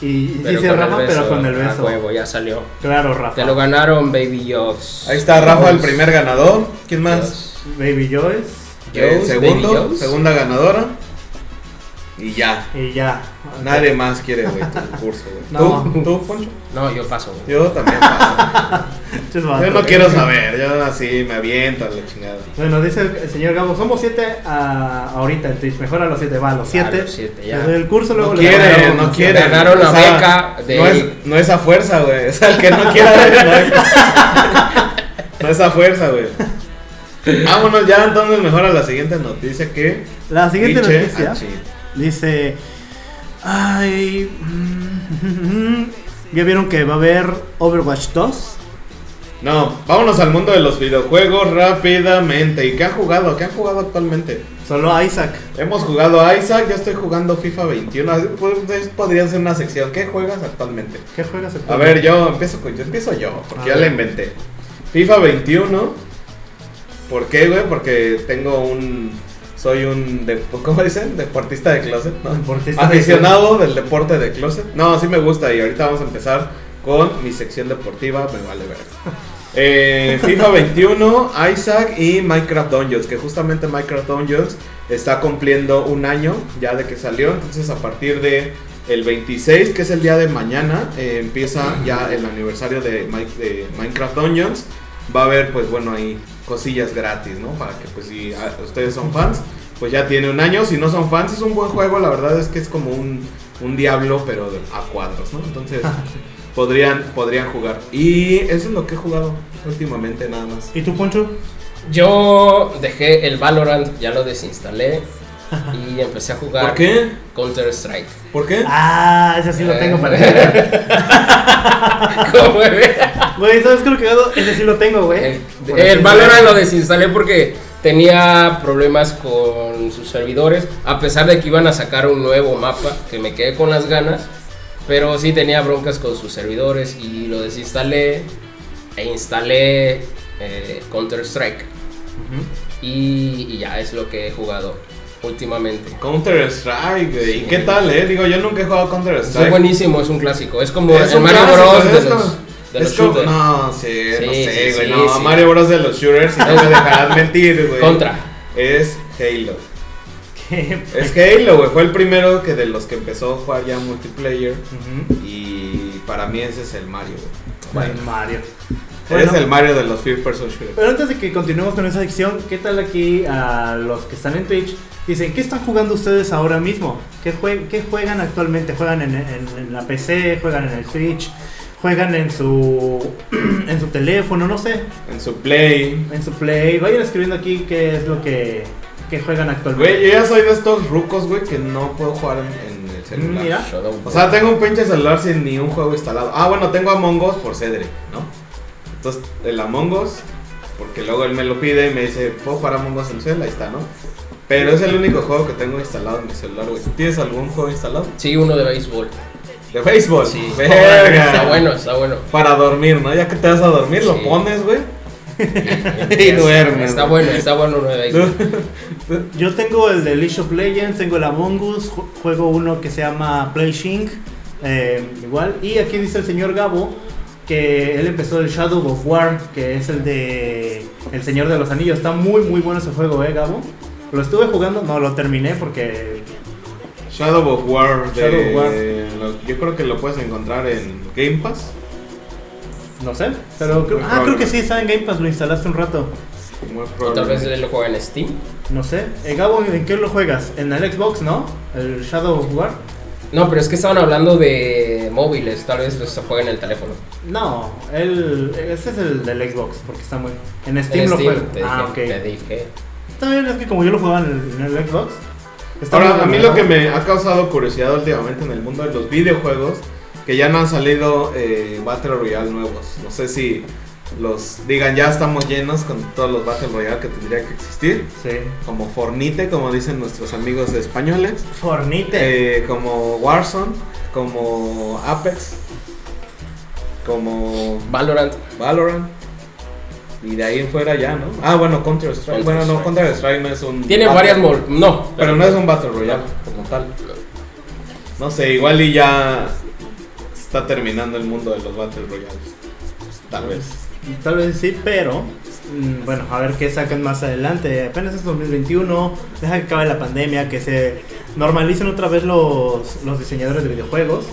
[SPEAKER 3] Y dice
[SPEAKER 2] con el
[SPEAKER 3] Rafa, pero
[SPEAKER 2] beso.
[SPEAKER 3] con el
[SPEAKER 2] Ah,
[SPEAKER 3] beso.
[SPEAKER 2] huevo, ya salió.
[SPEAKER 3] claro, Rafa.
[SPEAKER 2] Te lo ganaron, Baby Joss.
[SPEAKER 1] Ahí está Rafa, el primer ganador. ¿Quién más?
[SPEAKER 3] Baby Joyce.
[SPEAKER 1] Eh,
[SPEAKER 2] Jones, Baby
[SPEAKER 1] segundo,
[SPEAKER 2] Jones.
[SPEAKER 1] segunda ganadora. Y ya.
[SPEAKER 3] Y ya.
[SPEAKER 1] Nadie más quiere, güey, tu curso, güey.
[SPEAKER 3] No.
[SPEAKER 1] ¿Tú, tú, Poncho?
[SPEAKER 2] No, yo paso. güey.
[SPEAKER 1] Yo también. paso.
[SPEAKER 3] Muchos
[SPEAKER 1] Yo
[SPEAKER 3] vatos.
[SPEAKER 1] no quiero saber, yo así me aviento a la chingada.
[SPEAKER 3] Bueno, dice el señor Gabo, somos siete ah, ahorita en Twitch, mejor a los siete,
[SPEAKER 1] Ah,
[SPEAKER 3] va, a los siete.
[SPEAKER 2] los siete, ya.
[SPEAKER 3] Les doy el curso, luego
[SPEAKER 1] No
[SPEAKER 3] les doy
[SPEAKER 1] quiere,
[SPEAKER 3] el-
[SPEAKER 1] no quiere.
[SPEAKER 2] Ganaron la
[SPEAKER 1] O sea,
[SPEAKER 2] beca de-
[SPEAKER 1] No es, no es a fuerza, güey. O sea, el que no quiera ver. No es, no es a fuerza, güey. Vámonos ya entonces mejor a la siguiente noticia que.
[SPEAKER 3] La siguiente
[SPEAKER 1] Miche
[SPEAKER 3] noticia
[SPEAKER 1] Achille.
[SPEAKER 3] dice, ay, mm, ya vieron que va a haber Overwatch 2.
[SPEAKER 1] No, vámonos al mundo de los videojuegos rápidamente. ¿Y qué han jugado? ¿Qué han jugado actualmente?
[SPEAKER 3] Solo Isaac.
[SPEAKER 1] Hemos jugado a Isaac, yo estoy jugando FIFA 21. Así, pues, Podría ser una sección. ¿Qué juegas actualmente?
[SPEAKER 3] ¿Qué juegas?
[SPEAKER 1] A ver, yo empiezo con, yo empiezo yo, porque
[SPEAKER 3] A
[SPEAKER 1] ya la
[SPEAKER 3] ver.
[SPEAKER 1] inventé. FIFA 21. ¿Por qué, güey? Porque tengo un soy un de- ¿cómo dicen? deportista de closet, ¿no?
[SPEAKER 3] Deportista de
[SPEAKER 1] Aficionado del deporte de closet. No, sí me gusta y ahorita vamos a empezar con mi sección deportiva, me vale ver. Eh, FIFA 21, Isaac y Minecraft Dungeons, que justamente Minecraft Dungeons está cumpliendo un año ya de que salió, entonces a partir de el 26, que es el día de mañana, eh, empieza ya el aniversario de, Mi- de Minecraft Dungeons. Va a haber, pues bueno, ahí cosillas gratis, ¿no? Para que, pues si ah, ustedes son fans, pues ya tiene un año. Si no son fans, es un buen juego. La verdad es que es como un un diablo, pero de- a cuadros, ¿no? Entonces, podrían, podrían jugar. Y eso es lo que he jugado últimamente, nada más.
[SPEAKER 3] ¿Y tú, Poncho?
[SPEAKER 2] Yo dejé el Valorant, ya lo desinstalé y empecé a jugar
[SPEAKER 1] ¿Por qué?
[SPEAKER 2] Counter Strike.
[SPEAKER 1] ¿Por qué?
[SPEAKER 3] Ah, ese sí lo
[SPEAKER 1] Eh,
[SPEAKER 3] tengo para
[SPEAKER 2] ¿Cómo ve?
[SPEAKER 3] Güey, ¿sabes qué lo que hago? Ese sí lo tengo, güey.
[SPEAKER 2] El,
[SPEAKER 3] Por
[SPEAKER 2] el
[SPEAKER 3] así
[SPEAKER 2] Valorant
[SPEAKER 3] decirlo.
[SPEAKER 2] lo desinstalé porque tenía problemas con sus servidores, a pesar de que iban a sacar un nuevo mapa, que me quedé con las ganas, pero sí tenía broncas con sus servidores y lo desinstalé e instalé Counter Strike y, y ya es lo que he jugado últimamente.
[SPEAKER 1] Counter Strike, ¿y
[SPEAKER 2] Sí.
[SPEAKER 1] qué tal, eh? Digo, yo nunca he jugado Counter
[SPEAKER 2] Es
[SPEAKER 1] Strike.
[SPEAKER 2] buenísimo, es un clásico, es como
[SPEAKER 1] Es
[SPEAKER 2] el
[SPEAKER 1] un
[SPEAKER 2] Mario
[SPEAKER 1] clásico,
[SPEAKER 2] Bros. de
[SPEAKER 1] es
[SPEAKER 2] los,
[SPEAKER 1] como-
[SPEAKER 2] de
[SPEAKER 1] es
[SPEAKER 2] los
[SPEAKER 1] como-
[SPEAKER 2] shooters.
[SPEAKER 1] no, sí, no
[SPEAKER 2] Sí,
[SPEAKER 1] sé,
[SPEAKER 2] sí,
[SPEAKER 1] güey.
[SPEAKER 2] sí,
[SPEAKER 1] no,
[SPEAKER 2] sí.
[SPEAKER 1] Mario Bros de los shooters, y no me dejarán mentir, güey.
[SPEAKER 2] Contra.
[SPEAKER 1] Es Halo.
[SPEAKER 3] ¿Qué?
[SPEAKER 1] Es Halo, güey. Fue el primero que de los que empezó a jugar ya multiplayer.
[SPEAKER 3] Ujú.
[SPEAKER 1] Y para mí ese es el Mario, güey.
[SPEAKER 3] El Mario.
[SPEAKER 1] Eres
[SPEAKER 3] Bueno.
[SPEAKER 1] el Mario de los First Person Shooters.
[SPEAKER 3] Pero antes de que continuemos con esa adicción, ¿qué tal aquí a los que están en Twitch? Dicen, ¿qué están jugando ustedes ahora mismo? ¿Qué, jue- qué juegan actualmente? ¿Juegan en, en- en la PC? ¿Juegan en el Switch? ¿Juegan en su, en su teléfono? No sé,
[SPEAKER 1] En su play.
[SPEAKER 3] en su Play. Vayan escribiendo aquí qué es lo que, que juegan
[SPEAKER 1] Güey, yo
[SPEAKER 3] actualmente.
[SPEAKER 1] ya soy de estos rucos, güey, que no puedo jugar en, en el celular.
[SPEAKER 3] Mm, Mira.
[SPEAKER 2] Shadow
[SPEAKER 1] O sea, tengo un pinche celular sin ni un juego instalado. Ah, bueno, tengo Among Us por Cedre, ¿no? Entonces, el Among Us, porque luego él me lo pide y me dice, ¿puedo jugar Among Us en el celular? Ahí está, ¿no? Pero es el único juego que tengo instalado en mi celular, güey. ¿Tienes algún juego instalado?
[SPEAKER 2] Sí, uno de béisbol.
[SPEAKER 1] De béisbol.
[SPEAKER 2] Sí.
[SPEAKER 1] Verga.
[SPEAKER 2] Está bueno, está bueno.
[SPEAKER 1] Para dormir, ¿no? Ya que te vas a dormir, lo
[SPEAKER 2] Sí.
[SPEAKER 1] pones, güey.
[SPEAKER 2] y
[SPEAKER 1] duerme,
[SPEAKER 2] Está
[SPEAKER 1] ¿no?
[SPEAKER 2] bueno, está bueno uno de béisbol.
[SPEAKER 3] Yo tengo el de League of Legends, tengo el Among Us, ju- juego uno que se llama Play Shink, eh, igual. Y aquí dice el señor Gabo que él empezó el Shadow of War, que es el de El Señor de los Anillos. Está muy, muy bueno ese juego, ¿eh, Gabo? Lo estuve jugando, no, lo terminé porque...
[SPEAKER 1] Shadow of War. de-
[SPEAKER 3] Shadow of War.
[SPEAKER 1] lo- yo creo que lo puedes encontrar en Game Pass.
[SPEAKER 3] No sé, pero creo, ah, creo que sí, está en Game Pass, lo instalaste un rato.
[SPEAKER 1] Muy
[SPEAKER 2] O Tal vez
[SPEAKER 1] probablemente.
[SPEAKER 2] él lo juega en Steam.
[SPEAKER 3] No sé. Eh, Gabo, ¿en qué lo juegas? ¿En el Xbox, no? ¿El Shadow of War?
[SPEAKER 2] No, pero es que estaban hablando de móviles. Tal vez se juega en el teléfono.
[SPEAKER 3] No, el, ese es el del Xbox, porque está muy... En Steam
[SPEAKER 2] en
[SPEAKER 3] lo
[SPEAKER 2] Steam,
[SPEAKER 3] juego.
[SPEAKER 2] te,
[SPEAKER 3] Ah,
[SPEAKER 2] dije,
[SPEAKER 3] ok.
[SPEAKER 2] te dije.
[SPEAKER 3] Está bien, es que como yo lo jugaba en el, en el Xbox. está muy
[SPEAKER 1] Ahora, a mí
[SPEAKER 3] bueno,
[SPEAKER 1] lo que
[SPEAKER 3] ¿no?
[SPEAKER 1] me ha causado curiosidad últimamente en el mundo de los videojuegos, que ya no han salido eh, Battle Royale nuevos. No sé si los digan, ya estamos llenos con todos los Battle Royale que tendría que existir.
[SPEAKER 3] Sí.
[SPEAKER 1] Como Fornite, como dicen nuestros amigos españoles.
[SPEAKER 3] Fornite.
[SPEAKER 1] Eh, como Warzone, como Apex, como
[SPEAKER 2] Valorant.
[SPEAKER 1] Valorant. Y de ahí en fuera ya, ¿no? Ah, bueno, Counter Strike.
[SPEAKER 2] Counter
[SPEAKER 1] Bueno, no,
[SPEAKER 2] Strike.
[SPEAKER 1] Counter Strike no es un.
[SPEAKER 2] Tiene
[SPEAKER 1] battle-
[SPEAKER 2] varias mol. No.
[SPEAKER 1] Pero no es un Battle Royale como tal. No sé, igual y ya está terminando el mundo de los Battle Royales. Tal vez.
[SPEAKER 3] Tal vez sí, pero. mm, Bueno, a ver qué sacan más adelante. Apenas es 2021. Deja que acabe la pandemia, que se normalicen otra vez los, los diseñadores de videojuegos.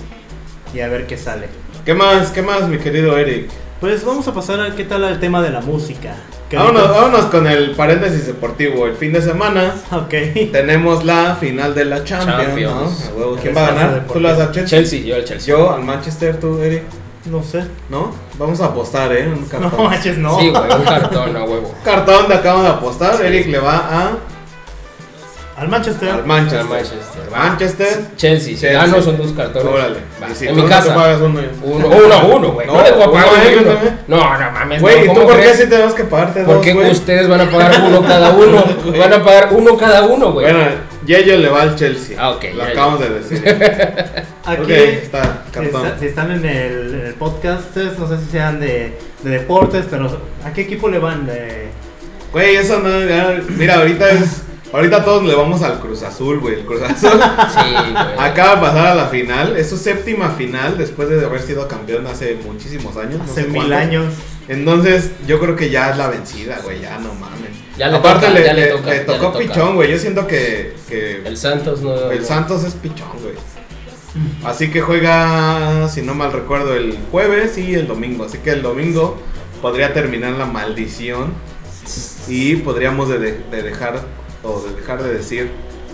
[SPEAKER 3] Y a ver qué sale.
[SPEAKER 1] ¿Qué más, qué más, mi querido Eric?
[SPEAKER 3] Pues vamos a pasar a qué tal al tema de la música. Que
[SPEAKER 1] Vámonos,
[SPEAKER 3] ahorita-
[SPEAKER 1] vámonos con el paréntesis deportivo. El fin de semana
[SPEAKER 3] Ok.
[SPEAKER 1] tenemos la final de la Champions.
[SPEAKER 2] Champions.
[SPEAKER 1] ¿no? A huevo,
[SPEAKER 3] El
[SPEAKER 1] ¿Quién va a
[SPEAKER 3] espacio
[SPEAKER 1] ganar? ¿Tú lo vas a Chelsea?
[SPEAKER 2] Chelsea, yo el Chelsea.
[SPEAKER 1] Yo al Manchester, tú, Eric.
[SPEAKER 3] No sé.
[SPEAKER 1] ¿No? Vamos a apostar, ¿eh? Un
[SPEAKER 3] No
[SPEAKER 1] cartón.
[SPEAKER 3] manches, no.
[SPEAKER 2] Sí, güey, un cartón a huevo.
[SPEAKER 1] cartón de acabamos de apostar. Eric le va a
[SPEAKER 3] Al Manchester.
[SPEAKER 1] al Manchester.
[SPEAKER 2] Al Manchester.
[SPEAKER 1] Manchester.
[SPEAKER 2] Chelsea, si
[SPEAKER 1] Chelsea.
[SPEAKER 2] gano son dos cartones.
[SPEAKER 1] Órale.
[SPEAKER 2] Va,
[SPEAKER 1] Y si
[SPEAKER 2] en
[SPEAKER 1] tú
[SPEAKER 2] mi
[SPEAKER 1] no te
[SPEAKER 2] casa. Pues,
[SPEAKER 1] pagas uno, yo.
[SPEAKER 2] Uno, uno, uno, güey. No,
[SPEAKER 1] No,
[SPEAKER 2] les voy a pagar
[SPEAKER 1] uno,
[SPEAKER 2] un
[SPEAKER 1] yo
[SPEAKER 2] libro.
[SPEAKER 1] también.
[SPEAKER 2] No, no mames.
[SPEAKER 1] Güey,
[SPEAKER 2] no,
[SPEAKER 1] ¿y tú
[SPEAKER 2] ¿cómo
[SPEAKER 1] por qué
[SPEAKER 2] crees?
[SPEAKER 1] si tenemos que pagarte dos,
[SPEAKER 2] ¿Por qué
[SPEAKER 1] güey?
[SPEAKER 2] ustedes van a pagar uno cada uno?
[SPEAKER 1] Güey.
[SPEAKER 2] Van a pagar uno cada uno, güey.
[SPEAKER 1] Bueno, Yello le va al Chelsea.
[SPEAKER 2] Ah, ok,
[SPEAKER 1] Lo
[SPEAKER 2] Yayo.
[SPEAKER 1] acabamos de decir.
[SPEAKER 3] Aquí.
[SPEAKER 1] Ok, está,
[SPEAKER 3] Si, está-
[SPEAKER 1] cartón.
[SPEAKER 3] si están en el, en el podcast, ustedes no sé si sean de, de deportes, pero ¿a qué equipo le van? De...
[SPEAKER 1] Güey, eso no. ya- mira, ahorita es. Ahorita todos le vamos al Cruz Azul, güey. El Cruz Azul
[SPEAKER 2] Sí, güey.
[SPEAKER 1] acaba de pasar a la final. Es su séptima final después de haber sido campeón hace muchísimos años. no
[SPEAKER 3] Hace
[SPEAKER 1] sé
[SPEAKER 3] mil
[SPEAKER 1] cuántos.
[SPEAKER 3] años.
[SPEAKER 1] Entonces, yo creo que ya es la vencida, güey. Ya no mames.
[SPEAKER 2] Ya le
[SPEAKER 1] Aparte,
[SPEAKER 2] toca,
[SPEAKER 1] le,
[SPEAKER 2] ya le
[SPEAKER 1] le-
[SPEAKER 2] toca,
[SPEAKER 1] le
[SPEAKER 2] ya
[SPEAKER 1] tocó
[SPEAKER 2] le toca.
[SPEAKER 1] pichón, güey. Yo siento que, que
[SPEAKER 2] El Santos no.
[SPEAKER 1] El Santos es pichón, güey. Así que juega, si no mal recuerdo, el jueves y el domingo. Así que el domingo podría terminar la maldición y podríamos de, de- de dejar o de dejar de decir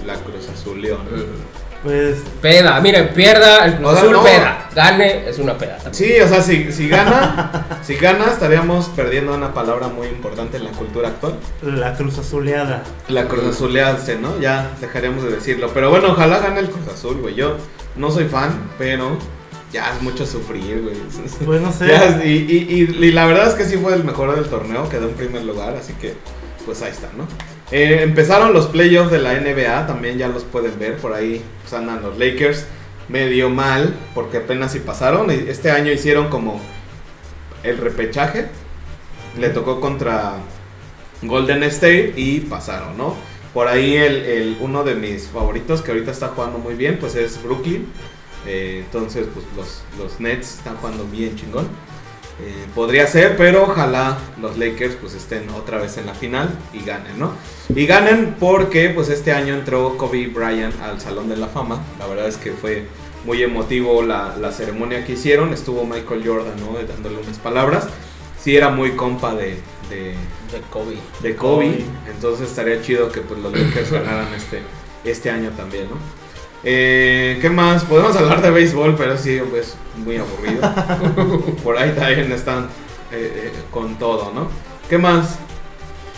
[SPEAKER 1] la Cruz Azul León.
[SPEAKER 2] Mm.
[SPEAKER 3] Pues
[SPEAKER 2] Peda, miren, pierda, el Cruz
[SPEAKER 1] O sea,
[SPEAKER 2] Azul
[SPEAKER 1] no.
[SPEAKER 2] peda. Gane, es una peda. también.
[SPEAKER 1] Sí, o sea, si, si gana, si gana, estaríamos perdiendo una palabra muy importante en la cultura actual.
[SPEAKER 3] la cruz azuleada.
[SPEAKER 1] La Cruz Azulearse, ¿no? Ya dejaríamos de decirlo. Pero bueno, ojalá gane el Cruz Azul, güey. Yo no soy fan, pero ya es mucho sufrir, güey.
[SPEAKER 3] Pues no sé.
[SPEAKER 1] Ya es- y, y- y- y la verdad es que sí fue el mejor del torneo, quedó en primer lugar, así que pues ahí está, ¿no? Eh, empezaron los playoffs de la NBA, también ya los pueden ver, por ahí pues, andan los Lakers medio mal, porque apenas si pasaron, y este año hicieron como el repechaje, le tocó contra Golden State y pasaron, ¿no? Por ahí el, el- uno de mis favoritos que ahorita está jugando muy bien, pues es Brooklyn. Eh, entonces, pues los, los Nets están jugando bien chingón. Eh, podría ser, pero ojalá los Lakers pues estén otra vez en la final y ganen, ¿no? Y ganen porque pues este año entró Kobe Bryant al Salón de la Fama. La verdad es que fue muy emotivo la, la ceremonia que hicieron. Estuvo Michael Jordan, ¿no? Dándole unas palabras. Sí era muy compa de- de,
[SPEAKER 2] De Kobe.
[SPEAKER 1] de Kobe.
[SPEAKER 3] Kobe.
[SPEAKER 1] Entonces estaría chido que pues, los Lakers ganaran este, este año también, ¿no? Eh, ¿Qué más? Podemos hablar de béisbol, pero sí, pues muy aburrido. Por ahí también están eh, eh, con todo, ¿no? ¿Qué más?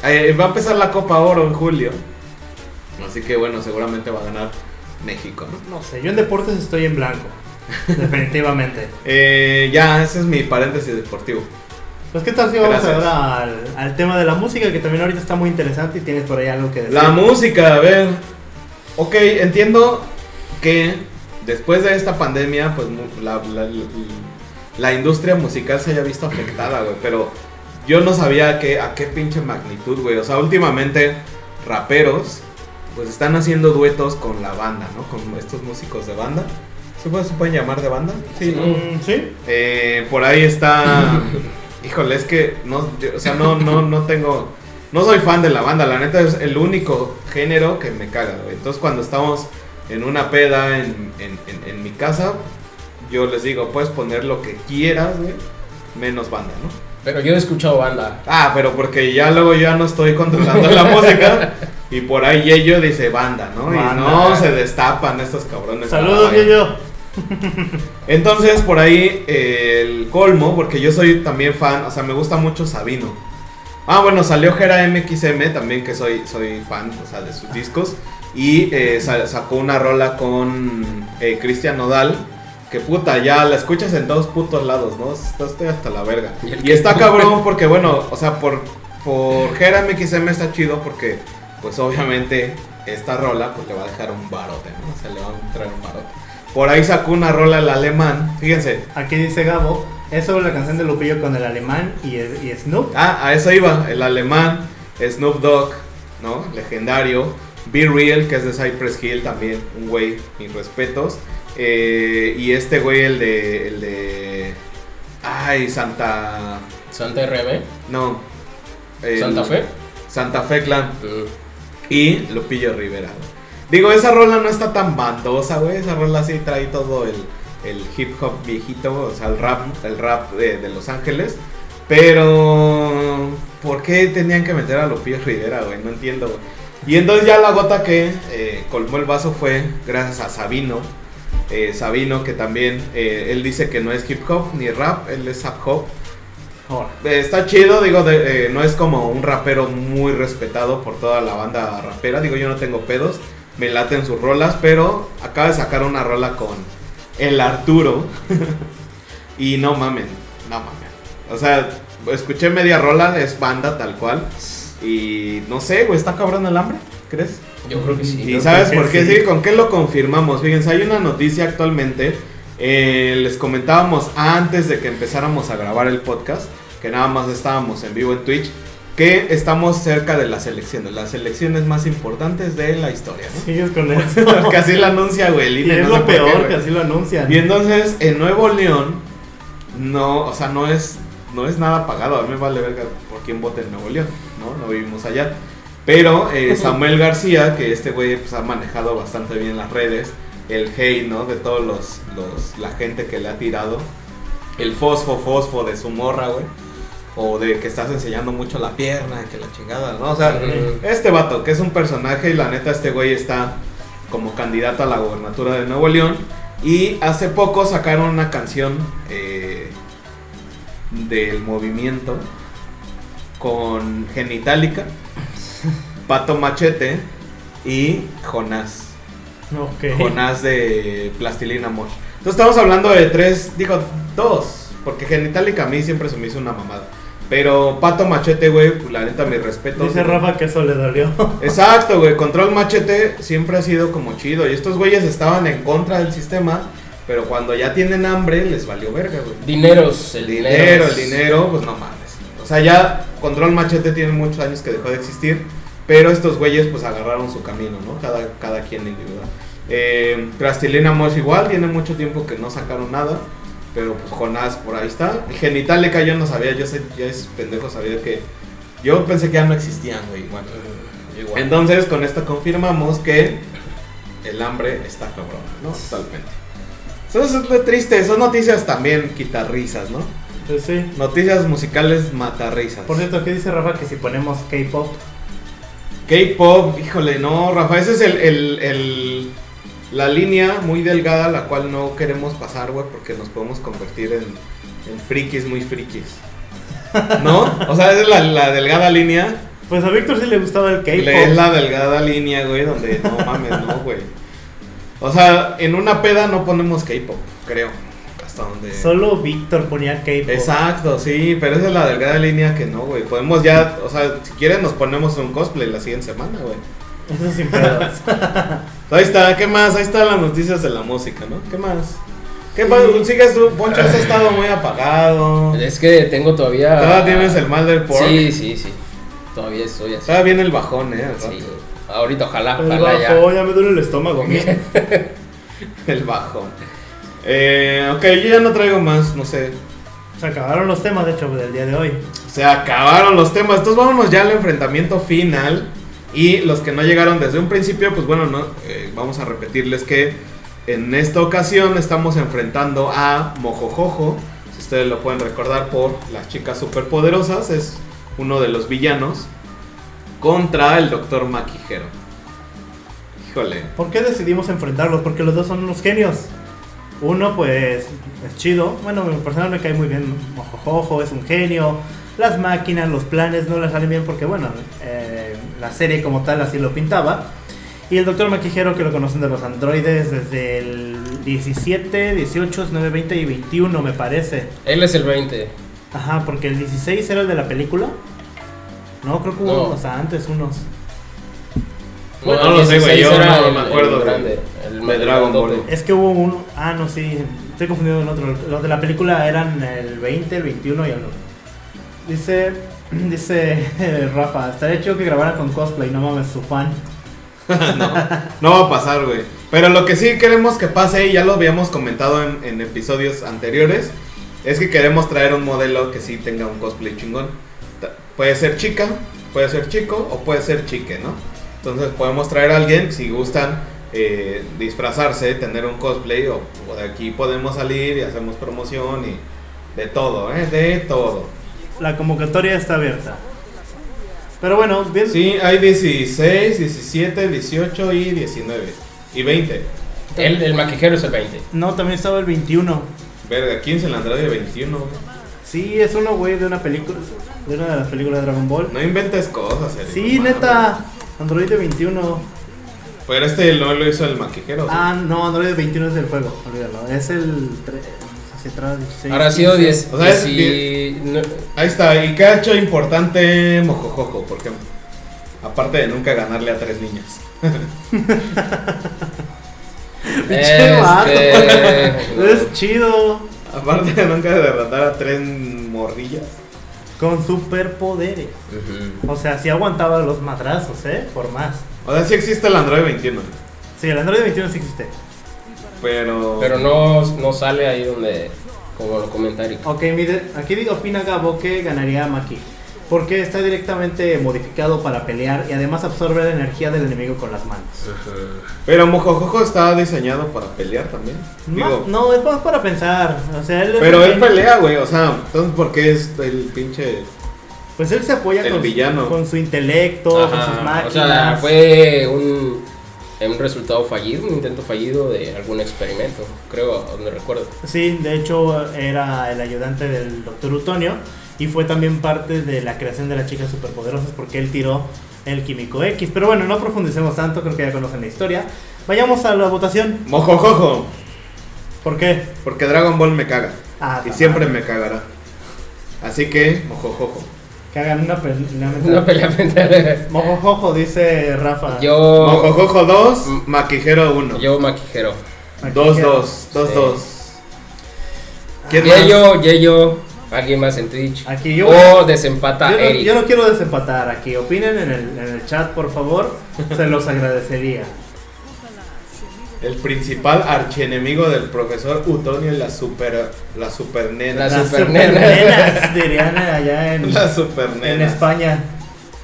[SPEAKER 1] Eh, va a empezar la Copa Oro en julio. Así que bueno, seguramente va a ganar México, ¿no?
[SPEAKER 3] No sé, yo en deportes estoy en blanco. definitivamente.
[SPEAKER 1] Eh, ya, ese es mi paréntesis deportivo.
[SPEAKER 3] Pues qué tal si vamos
[SPEAKER 1] Gracias.
[SPEAKER 3] ahora al, al tema de la música, que también ahorita está muy interesante y tienes por ahí algo que decir.
[SPEAKER 1] La música, a ver. Ok, entiendo que después de esta pandemia, pues mu- la, la- la- la industria musical se haya visto afectada, güey. Pero yo no sabía que, a qué pinche magnitud, güey. O sea, últimamente raperos, pues están haciendo duetos con la banda, ¿no? Con estos músicos de banda. ¿Se puede- se pueden llamar de banda? Sí, ¿no?
[SPEAKER 3] Mm, sí.
[SPEAKER 1] Eh, por ahí está. Híjole, es que no, yo- o sea, no, no, no tengo. No soy fan de la banda, la neta es el único género que me caga, güey. Entonces cuando estamos en una peda en, en- en- en mi casa, yo les digo, puedes poner lo que quieras, güey, menos banda, ¿no?
[SPEAKER 2] Pero yo he escuchado banda.
[SPEAKER 1] Ah, pero porque ya luego yo ya no estoy controlando la música. Y por ahí Yeyo dice banda, ¿no?
[SPEAKER 3] Banda.
[SPEAKER 1] Y no, se destapan estos cabrones. Ah,
[SPEAKER 3] Saludos,
[SPEAKER 1] Ay.
[SPEAKER 3] yo, yo.
[SPEAKER 1] Entonces, por ahí eh, el colmo, porque yo soy también fan, o sea, me gusta mucho Sabino. Ah, bueno, salió Gera MXM también, que soy, soy fan, o sea, de sus discos. Y eh, sa- sacó una rola con eh, Cristian Nodal. Que puta, ya la escuchas en dos putos lados, ¿no? Está- Estoy hasta la verga.
[SPEAKER 2] Y el
[SPEAKER 1] Y
[SPEAKER 2] que-
[SPEAKER 1] está cabrón porque, bueno, o sea, por, por Gera MXM está chido porque, pues obviamente, esta rola pues le va a dejar un barote, ¿no? O sea, le va a entrar un barote. Por ahí sacó una rola el alemán, fíjense.
[SPEAKER 3] Aquí dice Gabo, es sobre la canción de Lupillo con el alemán y, y Snoop.
[SPEAKER 1] Ah, a eso iba, el alemán, Snoop Dogg, ¿no? Legendario. Be Real, que es de Cypress Hill también, un güey, mis respetos. Eh, y este güey, el de, el de... Ay, Santa...
[SPEAKER 2] Santa RM.
[SPEAKER 1] No. el-
[SPEAKER 2] Santa Fe.
[SPEAKER 1] Santa Fe Clan.
[SPEAKER 2] Mm.
[SPEAKER 1] y Lupillo Rivera. güey. Digo, esa rola no está tan bandosa, güey. Esa rola sí trae todo el, el hip hop viejito, o sea, el rap, el rap de, de Los Ángeles. Pero, ¿por qué tenían que meter a Lupillo Rivera, güey? No entiendo, güey. Y entonces ya la gota que eh, colmó el vaso fue gracias a Sabino. Eh, Sabino que también, eh, él dice que no es hip hop ni rap, él es hip hop.
[SPEAKER 3] Ahora,
[SPEAKER 1] Eh, Está chido, digo, de- eh, no es como un rapero muy respetado por toda la banda rapera. Digo, yo no tengo pedos, me laten sus rolas, pero acaba de sacar una rola con el Arturo. y no mamen, no mamen. O sea, escuché media rola, es banda tal cual. Y no sé, güey, está cabrón el hambre, ¿crees?
[SPEAKER 2] Yo creo que
[SPEAKER 1] Y,
[SPEAKER 2] sí.
[SPEAKER 3] yo
[SPEAKER 1] sabes
[SPEAKER 3] creo que
[SPEAKER 1] por qué,
[SPEAKER 3] sí.
[SPEAKER 1] sí. ¿con qué lo confirmamos? Fíjense, hay una noticia actualmente. eh, les comentábamos antes de que empezáramos a grabar el podcast, que nada más estábamos en vivo en Twitch, que estamos cerca de las elecciones, las elecciones más importantes de la historia. ¿no?
[SPEAKER 3] sigues con eso.
[SPEAKER 1] Porque así lo anuncia, güey. el
[SPEAKER 3] y
[SPEAKER 1] INE, no
[SPEAKER 3] es
[SPEAKER 1] sé
[SPEAKER 3] lo
[SPEAKER 1] por qué,
[SPEAKER 3] peor,
[SPEAKER 1] güey.
[SPEAKER 3] que así lo anuncian.
[SPEAKER 1] Y entonces en Nuevo León, no, o sea, no es, no es nada pagado. A mí me vale verga por quién vote en Nuevo León, ¿no? No vivimos allá. Pero eh, Samuel García, que este güey pues, ha manejado bastante bien las redes, el hate, ¿no? De todos los, los, la gente que le ha tirado, el fosfo, fosfo de su morra, güey. O de que estás enseñando mucho la pierna, que la chingada, ¿no? O sea,
[SPEAKER 2] Mm.
[SPEAKER 1] este vato, que es un personaje y la neta este güey está como candidato a la gobernatura de Nuevo León. Y hace poco sacaron una canción eh, del movimiento con Genitalica, Pato Machete y Jonás.
[SPEAKER 3] Ok.
[SPEAKER 1] Jonás de Plastilina Mosh. Entonces estamos hablando de tres, digo, dos, porque Genitalica a mí siempre se me hizo una mamada. Pero Pato Machete, güey, pues, la neta, mi respeto.
[SPEAKER 3] Dice Rafa que eso le dolió.
[SPEAKER 1] Exacto, güey. Control Machete siempre ha sido como chido. Y estos güeyes estaban en contra del sistema, pero cuando ya tienen hambre, les valió verga, güey.
[SPEAKER 2] Dineros, el
[SPEAKER 1] El dinero, el dinero, pues no mames. O sea, ya Control Machete tiene muchos años que dejó de existir, pero estos güeyes pues agarraron su camino, ¿no? Cada, cada quien individual. Eh, Plastilina Mosh igual, tiene mucho tiempo que no sacaron nada, pero pues Jonás por ahí está. Y Genitalica yo no sabía, yo sé, ya es pendejo, sabía que... Yo pensé que ya no existían, güey, bueno.
[SPEAKER 2] Igual.
[SPEAKER 1] Entonces, con esto confirmamos que el hambre está cabrón, ¿no? Totalmente. Eso es lo triste, son noticias también quitarrisas, ¿no?
[SPEAKER 3] Pues sí.
[SPEAKER 1] Noticias musicales matarrisas.
[SPEAKER 3] Por cierto, ¿qué dice Rafa que si ponemos K-pop?
[SPEAKER 1] K-pop, híjole, no, Rafa, esa es el, el- el- la línea muy delgada la cual no queremos pasar, güey, porque nos podemos convertir en, en frikis muy frikis. ¿No? O sea, esa es la, la delgada línea.
[SPEAKER 3] Pues a Víctor sí le gustaba el
[SPEAKER 1] Le- Es
[SPEAKER 3] K-pop.
[SPEAKER 1] la delgada línea, güey, donde no mames, no, güey. O sea, en una peda no ponemos K-pop, creo. Hasta donde.
[SPEAKER 3] Solo Víctor ponía K-pop.
[SPEAKER 1] Exacto, sí, pero esa es la delgada línea que no, güey. Podemos ya, o sea, si quieren nos ponemos un cosplay la siguiente semana, güey.
[SPEAKER 3] Eso sin pedos.
[SPEAKER 1] Ahí está, ¿qué más? Ahí están las noticias de la música, ¿no? ¿Qué más? ¿Qué más? Sigues tú, Poncho, has estado muy apagado.
[SPEAKER 2] Es que tengo todavía.
[SPEAKER 1] Todavía tienes el mal del pork.
[SPEAKER 2] Sí, sí, sí. Todavía estoy así.
[SPEAKER 1] Estaba bien el bajón, ¿eh? al
[SPEAKER 2] Sí.
[SPEAKER 1] rato.
[SPEAKER 2] Ahorita, ojalá,
[SPEAKER 3] El
[SPEAKER 2] ojalá ya.
[SPEAKER 3] bajo, ya me duele el estómago. mira.
[SPEAKER 1] El bajón. Eh, ok, yo ya no traigo más, no sé.
[SPEAKER 3] Se acabaron los temas, de hecho, del día de hoy.
[SPEAKER 1] Se acabaron los temas. Entonces vámonos ya al enfrentamiento final. Y los que no llegaron desde un principio, pues bueno, no, eh, vamos a repetirles que en esta ocasión estamos enfrentando a Mojojojo. Si ustedes lo pueden recordar por las chicas superpoderosas, es uno de los villanos. Contra el doctor Maquijero. Híjole.
[SPEAKER 3] ¿Por qué decidimos enfrentarlos? Porque los dos son unos genios. Uno, pues, es chido. Bueno, mi personal me cae muy bien. Mojojojo es un genio. Las máquinas, los planes no les salen bien porque, bueno, eh, la serie como tal así lo pintaba. Y el doctor Maquijero, que lo conocen de los androides desde el 17, 18, 9, 20 y 21, me parece.
[SPEAKER 2] Él es el 20.
[SPEAKER 3] Ajá, porque el 16 era el de la película. No, creo que hubo
[SPEAKER 2] No.
[SPEAKER 3] unos antes, unos.
[SPEAKER 1] Bueno, no lo sé, güey,
[SPEAKER 2] 16
[SPEAKER 1] yo
[SPEAKER 2] era
[SPEAKER 1] no
[SPEAKER 2] el-
[SPEAKER 1] me acuerdo,
[SPEAKER 2] El
[SPEAKER 1] güey.
[SPEAKER 2] grande. El
[SPEAKER 1] De Dragon Ball.
[SPEAKER 2] grandote.
[SPEAKER 3] Es que hubo uno. Ah, no, sí. Estoy confundido con otro. Los de la película eran el 20, el 21 y el 1. Dice. Dice Rafa, estaría chido que grabaran con cosplay, no mames, su fan.
[SPEAKER 1] No va a pasar, güey. Pero lo que sí queremos que pase, y ya lo habíamos comentado en, en episodios anteriores, es que queremos traer un modelo que sí tenga un cosplay chingón. Ta- Puede ser chica, puede ser chico o puede ser chique, ¿no? Entonces podemos traer a alguien, si gustan eh, disfrazarse, tener un cosplay, o, o de aquí podemos salir y hacemos promoción y de todo, ¿eh? De todo.
[SPEAKER 3] La convocatoria está abierta. Pero bueno, bien.
[SPEAKER 1] Sí, hay 16, 17, 18 y 19. Y 20.
[SPEAKER 2] El, el maquijero es el 20.
[SPEAKER 3] No, también estaba el 21.
[SPEAKER 1] Verga, 15 en la Andrade 21, güey.
[SPEAKER 3] Sí, es uno, güey, de una película. De una de las películas de Dragon Ball.
[SPEAKER 1] Pues No inventes cosas, Eric,
[SPEAKER 3] Sí,
[SPEAKER 1] no mames.
[SPEAKER 3] neta. Android 21.
[SPEAKER 1] Pero este no lo hizo el maquijero.
[SPEAKER 3] Ah, no, Android 21 es el juego, olvídalo. Es el. tre- hacia atrás, 16,
[SPEAKER 2] Ahora ha sido
[SPEAKER 3] 15.
[SPEAKER 2] 10.
[SPEAKER 1] O sea, es
[SPEAKER 2] dieci- no-
[SPEAKER 1] ¿sí? Ahí está, y cacho importante Mojojojo, porque aparte de nunca ganarle a tres niñas.
[SPEAKER 3] Pinche vato.
[SPEAKER 2] este,
[SPEAKER 3] Es chido.
[SPEAKER 1] Aparte de nunca derrotar a tres morrillas.
[SPEAKER 3] Con superpoderes.
[SPEAKER 2] Ujú.
[SPEAKER 3] O sea, sí aguantaba los madrazos, ¿eh? Por más.
[SPEAKER 1] O sea, sí existe el Android 21,
[SPEAKER 3] Sí, el Android 21 sí existe.
[SPEAKER 1] pero...
[SPEAKER 2] Pero no, no sale ahí donde. Como lo comenta Eric.
[SPEAKER 3] Ok, mire, aquí opina Gabo que ganaría Maki. Porque está directamente modificado para pelear y además absorbe la energía del enemigo con las manos.
[SPEAKER 1] Pero Mojojojo está diseñado para pelear también. Digo,
[SPEAKER 3] Más- no, es más para pensar. O sea, él es
[SPEAKER 1] pero
[SPEAKER 3] un
[SPEAKER 1] él
[SPEAKER 3] genio.
[SPEAKER 1] pelea, güey, o sea, entonces ¿por qué es el pinche...?
[SPEAKER 3] Pues él se apoya
[SPEAKER 1] El
[SPEAKER 3] con, su-
[SPEAKER 1] villano.
[SPEAKER 3] con su intelecto, con sus
[SPEAKER 2] Ajá,
[SPEAKER 3] máquinas.
[SPEAKER 2] O sea, fue un, un resultado fallido, un intento fallido de algún experimento, creo, a donde recuerdo.
[SPEAKER 3] Sí, de hecho era el ayudante del doctor Utonio y fue también parte de la creación de las chicas superpoderosas porque él tiró el químico X. Pero bueno, no profundicemos tanto, creo que ya conocen la historia. Vayamos a la votación.
[SPEAKER 1] Mojojojo,
[SPEAKER 3] ¿Por qué?
[SPEAKER 1] porque Dragon Ball me caga.
[SPEAKER 3] Ah,
[SPEAKER 1] Y
[SPEAKER 3] ta
[SPEAKER 1] siempre
[SPEAKER 3] madre.
[SPEAKER 1] me cagará. Así que, mojojojo.
[SPEAKER 3] Que hagan una pelea.
[SPEAKER 2] Una pelea mental.
[SPEAKER 3] Mojojojo, dice Rafa.
[SPEAKER 2] Yo,
[SPEAKER 1] Mojojojo 2, Maquijero 1.
[SPEAKER 2] Oh. Mm. yo maquijero.
[SPEAKER 1] 2-2, 2-2.
[SPEAKER 2] Sí.
[SPEAKER 1] ¿Quién más?
[SPEAKER 2] Yeyo, Yeyo, alguien más en Twitch.
[SPEAKER 3] Aquí Ah, yo.
[SPEAKER 2] O desempata
[SPEAKER 3] Yo no,
[SPEAKER 2] Eric.
[SPEAKER 3] yo no quiero desempatar aquí. Opinen en el, en el chat, por favor. Se los agradecería.
[SPEAKER 1] El principal archienemigo del profesor Utonio y la super. La super
[SPEAKER 2] Las
[SPEAKER 1] nena.
[SPEAKER 3] Las
[SPEAKER 2] supernenas.
[SPEAKER 3] supernenas, dirían allá en,
[SPEAKER 1] La super
[SPEAKER 3] en
[SPEAKER 1] nena.
[SPEAKER 3] España.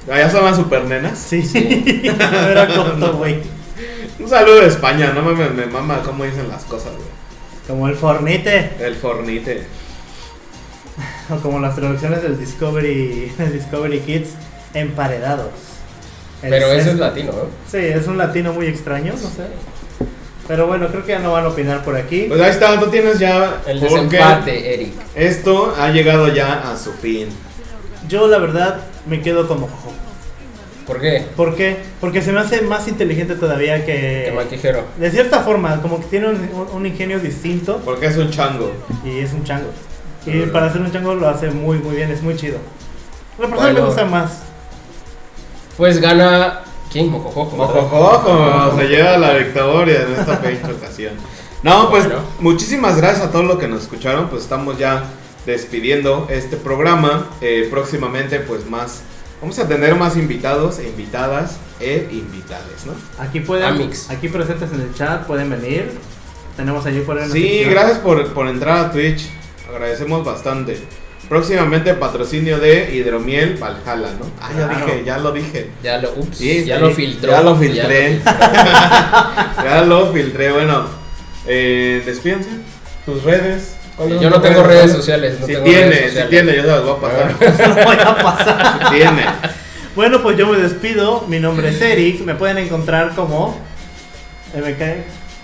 [SPEAKER 1] ¿Allá son las super nenas?
[SPEAKER 3] Sí, No era corto, güey.
[SPEAKER 1] Un saludo de España, no mames, me mama cómo dicen las cosas, güey.
[SPEAKER 3] Como el Fornite,
[SPEAKER 1] El fornite.
[SPEAKER 3] o como las traducciones del Discovery, del Discovery Kids, emparedados. El
[SPEAKER 2] Pero eso es
[SPEAKER 3] sexto-
[SPEAKER 2] latino, ¿no?
[SPEAKER 3] Sí, es un latino muy extraño, no sé. Pero bueno, creo que ya no van a opinar por aquí.
[SPEAKER 1] Pues ahí está, tú tienes ya.
[SPEAKER 2] El
[SPEAKER 1] porque
[SPEAKER 2] desempate, Eric.
[SPEAKER 1] Esto ha llegado ya a su fin.
[SPEAKER 3] Yo, la verdad, me quedo como jojo.
[SPEAKER 2] ¿Por qué?
[SPEAKER 3] ¿Por qué? Porque se me hace más inteligente todavía
[SPEAKER 2] Que
[SPEAKER 3] que.
[SPEAKER 2] maquijero.
[SPEAKER 3] De cierta forma, como que tiene un, un- un ingenio distinto
[SPEAKER 1] Porque es un chango.
[SPEAKER 3] y es un chango. Y para hacer un chango lo hace muy, muy bien, es muy chido. La persona
[SPEAKER 2] Bueno.
[SPEAKER 3] me gusta más.
[SPEAKER 2] Pues gana. ¿Quién? Mojojojo. ¿verdad?
[SPEAKER 1] Ojo, se lleva la victoria en esta pinche ocasión. No, pues
[SPEAKER 2] Bueno.
[SPEAKER 1] muchísimas gracias a todos los que nos escucharon. Pues estamos ya despidiendo este programa. Eh, próximamente, pues más. Vamos a tener más invitados e invitadas e invitades, ¿no?
[SPEAKER 3] Aquí pueden,
[SPEAKER 2] Amix.
[SPEAKER 3] aquí presentes en el chat, pueden venir. Tenemos allí por ahí una
[SPEAKER 1] Sí,
[SPEAKER 3] sección.
[SPEAKER 1] gracias por, por entrar a Twitch. Agradecemos bastante. Próximamente patrocinio de Hidromiel Valhalla, ¿no? Ah, ya
[SPEAKER 3] Claro.
[SPEAKER 1] dije, ya lo dije.
[SPEAKER 2] Ya lo, ups,
[SPEAKER 1] Sí,
[SPEAKER 2] ya
[SPEAKER 1] sí,
[SPEAKER 2] lo filtró.
[SPEAKER 1] ya lo filtré.
[SPEAKER 2] ya lo filtró.
[SPEAKER 1] Ya lo filtré, bueno. Eh, despídense. Tus redes. ¿Cuáles
[SPEAKER 2] Yo
[SPEAKER 1] son
[SPEAKER 2] no
[SPEAKER 1] tus
[SPEAKER 2] tengo redes sociales. No
[SPEAKER 1] Si
[SPEAKER 2] tengo
[SPEAKER 1] tiene,
[SPEAKER 2] redes
[SPEAKER 1] si
[SPEAKER 2] sociales.
[SPEAKER 1] tiene, yo se las voy a pasar.
[SPEAKER 3] Se lo voy a pasar.
[SPEAKER 1] Si tiene.
[SPEAKER 3] Bueno, pues yo me despido. Mi nombre es Eric. Me pueden encontrar como. eh, me, cae-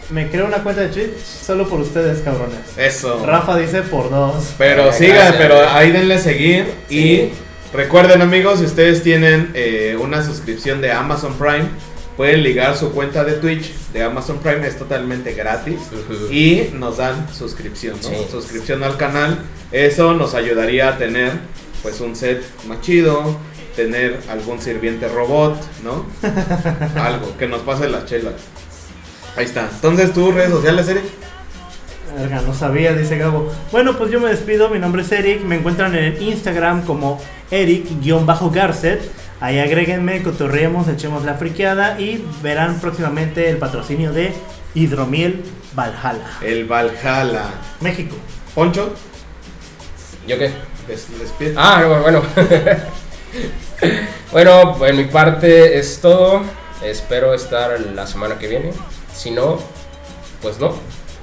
[SPEAKER 3] me creo una cuenta de Twitch solo por ustedes, cabrones.
[SPEAKER 1] Eso.
[SPEAKER 3] Rafa dice por dos.
[SPEAKER 1] Pero
[SPEAKER 2] Gracias,
[SPEAKER 1] sigan, pero
[SPEAKER 2] güey.
[SPEAKER 1] ahí denle seguir.
[SPEAKER 2] Sí.
[SPEAKER 1] Y recuerden, amigos, si ustedes tienen eh, una suscripción de Amazon Prime, pueden ligar su cuenta de Twitch de Amazon Prime, es totalmente gratis.
[SPEAKER 2] Ujú.
[SPEAKER 1] Y nos dan suscripción, ¿no?
[SPEAKER 2] Sí.
[SPEAKER 1] Suscripción al canal. Eso nos ayudaría a tener, pues, un set más chido. Tener algún sirviente robot, ¿no? Algo que nos pase las chelas. Ahí está. Entonces, tus redes sociales, Eric.
[SPEAKER 3] Verga, no sabía, dice Gabo. Bueno, pues yo me despido. Mi nombre es Eric. Me encuentran en Instagram como Eric-Garcet. Ahí agréguenme, cotorreemos, echemos la friqueada y verán próximamente el patrocinio de Hidromiel Valhalla,
[SPEAKER 1] El Valhalla.
[SPEAKER 3] México.
[SPEAKER 1] Poncho,
[SPEAKER 2] ¿Yo qué?
[SPEAKER 1] des- despide.
[SPEAKER 2] Ah, no, bueno. bueno, por mi parte es todo. Espero estar la semana que viene. Si no, pues no.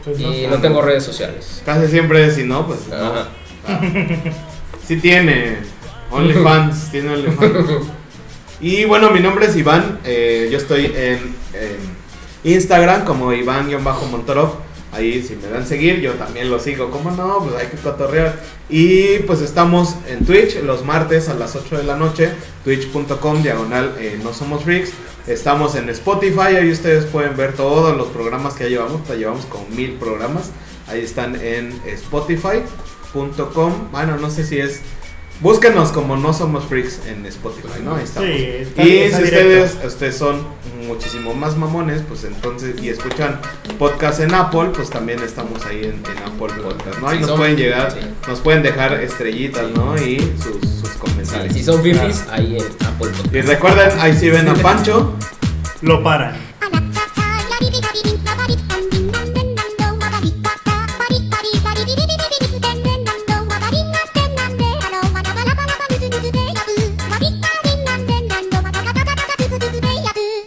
[SPEAKER 3] Pues no.
[SPEAKER 2] y no, tengo redes sociales.
[SPEAKER 1] Casi siempre si no, pues no.
[SPEAKER 2] Ajá.
[SPEAKER 1] Ah. Sí tiene. OnlyFans, tiene OnlyFans. Y bueno, mi nombre es Iván. eh, yo estoy en, en Instagram como Iván-Montorov. Ahí si me dan seguir, yo también lo sigo. ¿Cómo no? Pues hay que cotorrear. Y pues estamos en Twitch los martes a las 8 de la noche. Twitch.com diagonal eh, no somos freaks. Estamos en Spotify. Ahí ustedes pueden ver todos los programas que ya llevamos. Ya llevamos como mil programas. Ahí están en Spotify.com. Bueno, no sé si es. Búsquenos como no somos freaks en Spotify, ¿no? Ahí estamos.
[SPEAKER 3] Sí, está-
[SPEAKER 1] Y
[SPEAKER 3] está
[SPEAKER 1] si
[SPEAKER 3] directo.
[SPEAKER 1] ustedes, ustedes son muchísimo más mamones, pues entonces, y escuchan podcast en Apple, pues también estamos ahí en, en Apple Podcast, ¿no? Ahí
[SPEAKER 2] Sí,
[SPEAKER 1] nos
[SPEAKER 2] son-
[SPEAKER 1] pueden llegar,
[SPEAKER 2] sí.
[SPEAKER 1] nos pueden dejar estrellitas,
[SPEAKER 2] Sí.
[SPEAKER 1] ¿no? Y sus, sus comentarios.
[SPEAKER 2] Si son fifis, ahí en Apple Podcast.
[SPEAKER 1] Y recuerden, ahí sí ven a Pancho.
[SPEAKER 3] Lo paran.